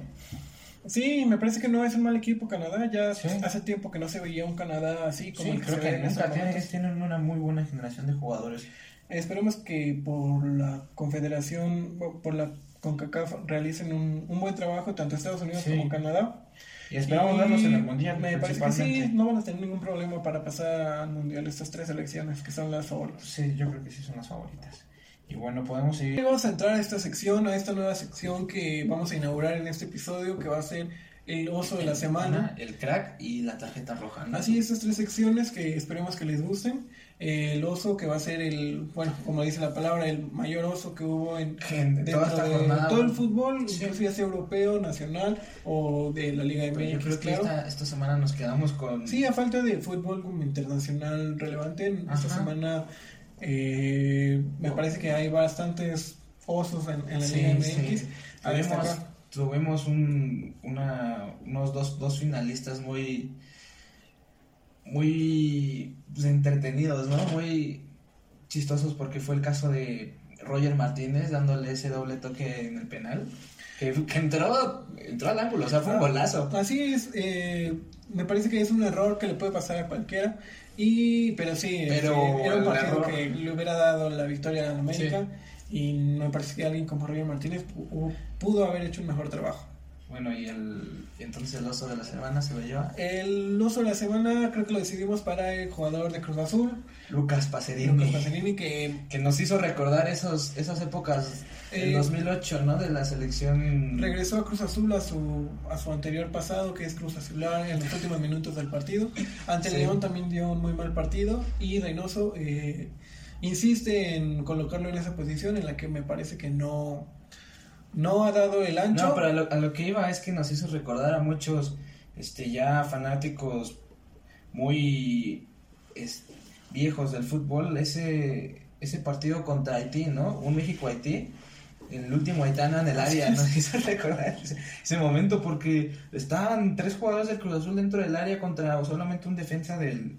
Speaker 1: Sí, me parece que no es un mal equipo Canadá. Ya
Speaker 2: Sí.
Speaker 1: hace tiempo que no se veía un Canadá así como
Speaker 2: Sí,
Speaker 1: el que
Speaker 2: creo
Speaker 1: se ve en
Speaker 2: que
Speaker 1: este estos
Speaker 2: nunca tienen,
Speaker 1: momentos.
Speaker 2: tienen una muy buena generación de jugadores.
Speaker 1: Esperemos que por la Confederación, bueno, por la CONCACAF, realicen un, un buen trabajo tanto Estados Unidos
Speaker 2: Sí.
Speaker 1: como Canadá.
Speaker 2: Y esperamos verlos en el Mundial,
Speaker 1: Me parece que
Speaker 2: principalmente.
Speaker 1: sí, no van a tener ningún problema para pasar al mundial estas tres elecciones que son las favoritas.
Speaker 2: Sí, yo creo que sí son las favoritas. Y bueno, podemos seguir.
Speaker 1: Vamos a entrar a esta sección, a esta nueva sección que vamos a inaugurar en este episodio, que va a ser el oso de la semana.
Speaker 2: El crack y la tarjeta roja. ¿no?
Speaker 1: Así, estas tres secciones que esperemos que les gusten. Eh, El oso que va a ser el, bueno, como dice la palabra, el mayor oso que hubo en
Speaker 2: En
Speaker 1: dentro
Speaker 2: toda esta
Speaker 1: de
Speaker 2: jornada.
Speaker 1: todo el fútbol,
Speaker 2: Sí.
Speaker 1: incluso ya sea europeo, nacional o de la Liga
Speaker 2: Pero
Speaker 1: de
Speaker 2: yo creo que esta, esta semana nos quedamos con.
Speaker 1: Sí, a falta de fútbol como internacional relevante, en esta
Speaker 2: Ajá.
Speaker 1: semana eh, me parece que hay bastantes osos en, en la
Speaker 2: Sí,
Speaker 1: Liga MX.
Speaker 2: sí.
Speaker 1: A
Speaker 2: Tuvimos,
Speaker 1: destacar.
Speaker 2: tuvimos un, una, unos dos, dos finalistas muy. Muy pues, entretenidos, ¿no? Muy chistosos, porque fue el caso de Roger Martínez dándole ese doble toque en el penal. Que, que entró, entró al ángulo, o sea, fue un golazo.
Speaker 1: Así es, eh, me parece que es un error que le puede pasar a cualquiera. Y, pero sí,
Speaker 2: Pero
Speaker 1: eh, era un
Speaker 2: el
Speaker 1: partido
Speaker 2: error-
Speaker 1: que le hubiera dado la victoria a la América. Y me parece que alguien como Roger Martínez pu- pudo haber hecho un mejor trabajo.
Speaker 2: Bueno, y el, entonces el oso de la semana se lo lleva
Speaker 1: El oso de la semana creo que lo decidimos para el jugador de Cruz Azul,
Speaker 2: Lucas Pacerini.
Speaker 1: Lucas Pacerini, que
Speaker 2: que nos hizo recordar esos, esas épocas del
Speaker 1: Eh,
Speaker 2: 2008, ¿no? De la selección.
Speaker 1: Regresó a Cruz Azul a su, a su anterior pasado, que es Cruz Azular, en los últimos minutos del partido. Ante
Speaker 2: Sí.
Speaker 1: León también dio un muy mal partido y Reynoso eh, insiste en colocarlo en esa posición en la que me parece que no, no ha dado el ancho.
Speaker 2: No, pero a lo, a lo que iba es que nos hizo recordar a muchos este ya fanáticos muy es- viejos del fútbol ese ese partido contra Haití, ¿no? Un México Haití. El último haitano en el área nos <laughs> hizo recordar ese, ese momento porque estaban tres jugadores del Cruz Azul dentro del área contra solamente un defensa del,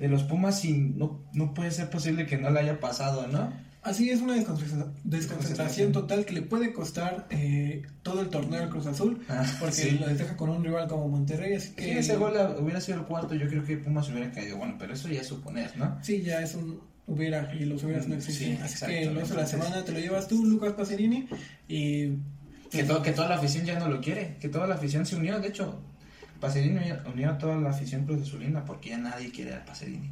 Speaker 2: de los Pumas y no, no puede ser posible que no le haya pasado, ¿no?
Speaker 1: Así es una desconcentra- desconcentración total que le puede costar eh, todo el torneo al Cruz Azul,
Speaker 2: Ah,
Speaker 1: porque
Speaker 2: sí.
Speaker 1: lo destaca con un rival como Monterrey, así que
Speaker 2: Si ese gol hubiera sido el cuarto, yo creo que Pumas hubiera caído. Bueno, pero eso ya es suponer, ¿no?
Speaker 1: sí, ya es un hubiera y los hubieras no
Speaker 2: Mm,
Speaker 1: existen.
Speaker 2: sí,
Speaker 1: así
Speaker 2: exacto,
Speaker 1: que el oso de la
Speaker 2: entonces-
Speaker 1: semana te lo llevas tú, Lucas Pacerini, y
Speaker 2: Que, to- que toda la afición ya no lo quiere, que toda la afición se unió. De hecho, Pacerini unió a toda la afición cruzazulina porque ya nadie quiere al Pacerini.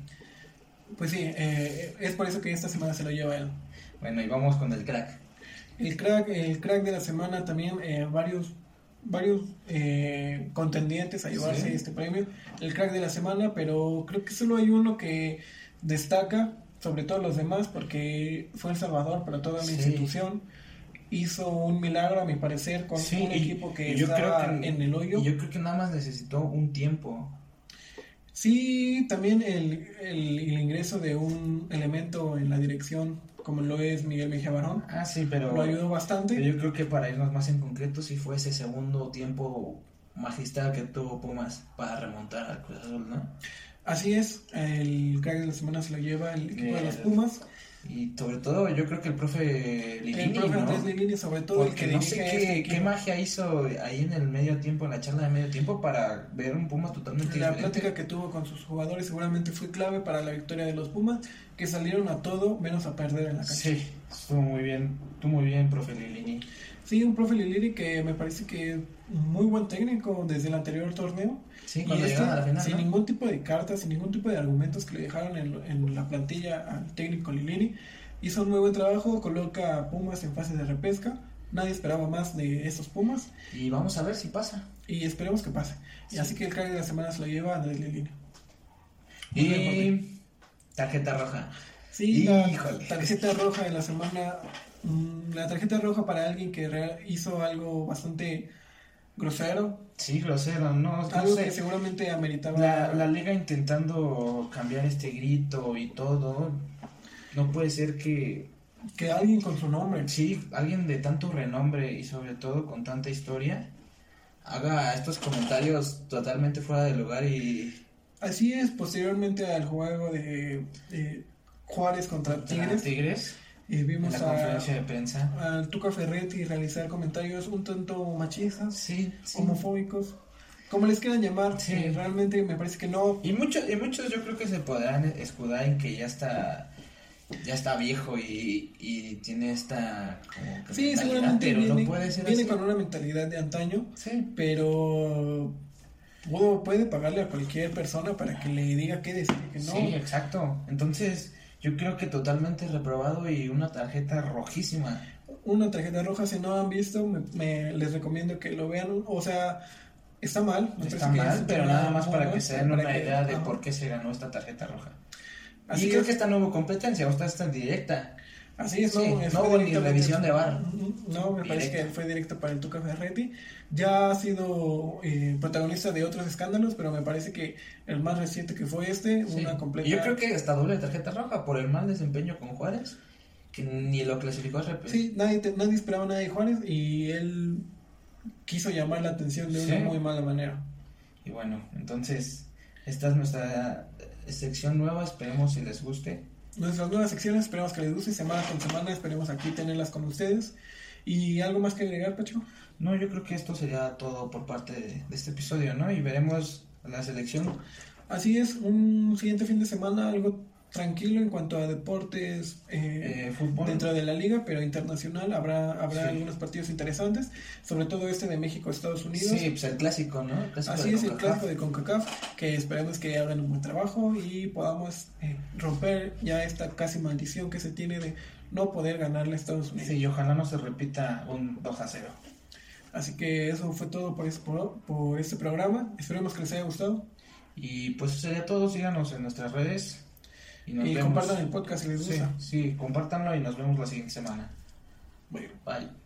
Speaker 1: pues sí, eh, es por eso que esta semana se lo lleva él.
Speaker 2: Bueno, y vamos con el crack.
Speaker 1: El crack, el crack de la semana también, eh, varios, varios eh, contendientes a llevarse
Speaker 2: Sí.
Speaker 1: este premio. El crack de la semana, pero creo que solo hay uno que destaca sobre todos los demás porque fue el salvador para toda la
Speaker 2: Sí.
Speaker 1: institución. Hizo un milagro, a mi parecer, con
Speaker 2: Sí,
Speaker 1: un
Speaker 2: y-
Speaker 1: equipo que
Speaker 2: y yo creo
Speaker 1: estaba
Speaker 2: que-
Speaker 1: en el hoyo.
Speaker 2: Y yo creo que nada más necesitó un tiempo.
Speaker 1: Sí, también el, el- el ingreso de un elemento en la dirección, como lo es Miguel Mejía Barón,
Speaker 2: Ah, sí, pero.
Speaker 1: lo ayudó bastante.
Speaker 2: pero yo creo que para irnos más en concreto, sí fue ese segundo tiempo magistral que tuvo Pumas para remontar al Cruz Azul, ¿no?
Speaker 1: Así es, el crack de la semana se lo lleva el equipo de los
Speaker 2: El-
Speaker 1: Pumas.
Speaker 2: Y sobre todo, yo creo que el profe
Speaker 1: El
Speaker 2: Lilini,
Speaker 1: profe
Speaker 2: ¿no?
Speaker 1: Andrés Lilini, sobre todo el
Speaker 2: Porque
Speaker 1: que
Speaker 2: no
Speaker 1: dirige
Speaker 2: sé
Speaker 1: este
Speaker 2: qué, qué
Speaker 1: equipo.
Speaker 2: magia hizo ahí en el medio tiempo, en la charla de medio tiempo, para ver un Pumas totalmente
Speaker 1: La
Speaker 2: diferente.
Speaker 1: plática que tuvo con sus jugadores seguramente fue clave para la victoria de los Pumas, que salieron a todo menos a perder en la cancha.
Speaker 2: Sí, estuvo muy bien, estuvo muy bien, profe Lilini.
Speaker 1: Sí, un profe Lilini que me parece que muy buen técnico desde el anterior torneo.
Speaker 2: Sí,
Speaker 1: Y
Speaker 2: cuando
Speaker 1: este,
Speaker 2: llegaron a la final,
Speaker 1: sin
Speaker 2: ¿no?
Speaker 1: ningún tipo de cartas, sin ningún tipo de argumentos que le dejaron en, en la plantilla al técnico Lilini, hizo un muy buen trabajo, coloca a Pumas en fase de repesca. Nadie esperaba más de estos Pumas.
Speaker 2: Y vamos a ver si pasa.
Speaker 1: Y esperemos que pase. Y así que el crack de la semana se lo lleva Andrés Lilini. Muy bien,
Speaker 2: Y tarjeta roja.
Speaker 1: Sí, la
Speaker 2: Híjole.
Speaker 1: tarjeta roja de la semana. mm, La tarjeta roja para alguien que real- hizo algo bastante grosero.
Speaker 2: Sí, grosero, no, no
Speaker 1: Algo que
Speaker 2: sé.
Speaker 1: seguramente ameritaba.
Speaker 2: La, la liga intentando cambiar este grito y todo. No puede ser que
Speaker 1: Que alguien con su nombre.
Speaker 2: Sí, alguien de tanto renombre y sobre todo con tanta historia haga estos comentarios totalmente fuera de lugar y
Speaker 1: Así es, posteriormente al juego de, de Juárez contra Tigres,
Speaker 2: Tigres
Speaker 1: eh,
Speaker 2: en
Speaker 1: vimos
Speaker 2: la
Speaker 1: a,
Speaker 2: conferencia de prensa.
Speaker 1: al Tuca Ferretti realizar comentarios un tanto machistas,
Speaker 2: Sí, sí.
Speaker 1: homofóbicos, como les quieran llamar.
Speaker 2: Sí.
Speaker 1: eh, realmente me parece que no
Speaker 2: Y muchos y muchos yo creo que se podrán escudar en que ya está ya está viejo y, y tiene esta como que
Speaker 1: Sí,
Speaker 2: mentalidad,
Speaker 1: seguramente
Speaker 2: pero
Speaker 1: viene,
Speaker 2: no puede ser
Speaker 1: viene
Speaker 2: así.
Speaker 1: con una mentalidad de antaño,
Speaker 2: Sí.
Speaker 1: pero pudo- puede pagarle a cualquier persona para que le diga qué decir y qué no.
Speaker 2: Sí, exacto. Entonces, yo creo que totalmente reprobado y una tarjeta rojísima.
Speaker 1: Una tarjeta roja, si no han visto, me, me- les recomiendo que lo vean. O sea, está mal. me
Speaker 2: Está
Speaker 1: parece que Pues es
Speaker 2: mal,
Speaker 1: un
Speaker 2: pero
Speaker 1: tema
Speaker 2: nada más
Speaker 1: muy
Speaker 2: para
Speaker 1: bueno,
Speaker 2: que se den
Speaker 1: para
Speaker 2: una
Speaker 1: que-
Speaker 2: idea de
Speaker 1: ajá.
Speaker 2: por qué se ganó esta tarjeta roja.
Speaker 1: Así
Speaker 2: y creo
Speaker 1: es.
Speaker 2: que esta no hubo competencia, o esta es tan directa.
Speaker 1: Así es,
Speaker 2: Sí,
Speaker 1: es-
Speaker 2: no
Speaker 1: Ah, fue
Speaker 2: hubo ni
Speaker 1: directamente-
Speaker 2: revisión de VAR.
Speaker 1: Ujú, No, me parece que
Speaker 2: Directo.
Speaker 1: fue directo para el Tuca Ferretti. Ya ha sido eh, protagonista de otros escándalos, pero me parece que el más reciente que fue este,
Speaker 2: Sí.
Speaker 1: una completa.
Speaker 2: Y yo creo que hasta doble tarjeta roja por el mal desempeño con Juárez, que ni lo clasificó a rep-
Speaker 1: Sí, nadie, te- nadie esperaba nada de Juárez y él quiso llamar la atención de una
Speaker 2: Sí.
Speaker 1: muy mala manera.
Speaker 2: Y bueno, entonces, esta es nuestra eh, sección nueva, esperemos si les guste.
Speaker 1: Nuestras nuevas secciones, esperemos que les guste semana con semana, esperemos aquí tenerlas con ustedes. ¿Y algo más que agregar, Pacho?
Speaker 2: No, yo creo que esto sería todo por parte de, de este episodio, ¿no? Y veremos la selección.
Speaker 1: Así es, un siguiente fin de semana algo tranquilo en cuanto a deportes eh,
Speaker 2: Eh, fútbol.
Speaker 1: dentro de la liga, pero internacional habrá, habrá
Speaker 2: Sí.
Speaker 1: algunos partidos interesantes, sobre todo este de México-Estados Unidos.
Speaker 2: Sí, pues el clásico, ¿no? El clásico
Speaker 1: Así
Speaker 2: de
Speaker 1: es, el
Speaker 2: CONCACAF.
Speaker 1: clásico de CONCACAF, que esperemos que hagan un buen trabajo y podamos eh, romper ya esta casi maldición que se tiene de no poder ganarle a Estados Unidos.
Speaker 2: Sí, y ojalá no se repita un 2 a 0.
Speaker 1: Así que eso fue todo por, es- por, por este programa. Esperemos que les haya gustado
Speaker 2: Y pues sería todo, síganos en nuestras redes y nos
Speaker 1: y
Speaker 2: vemos.
Speaker 1: compartan el podcast si les
Speaker 2: Sí,
Speaker 1: gusta.
Speaker 2: sí, compártanlo y nos vemos la siguiente semana.
Speaker 1: Bueno.
Speaker 2: Bye.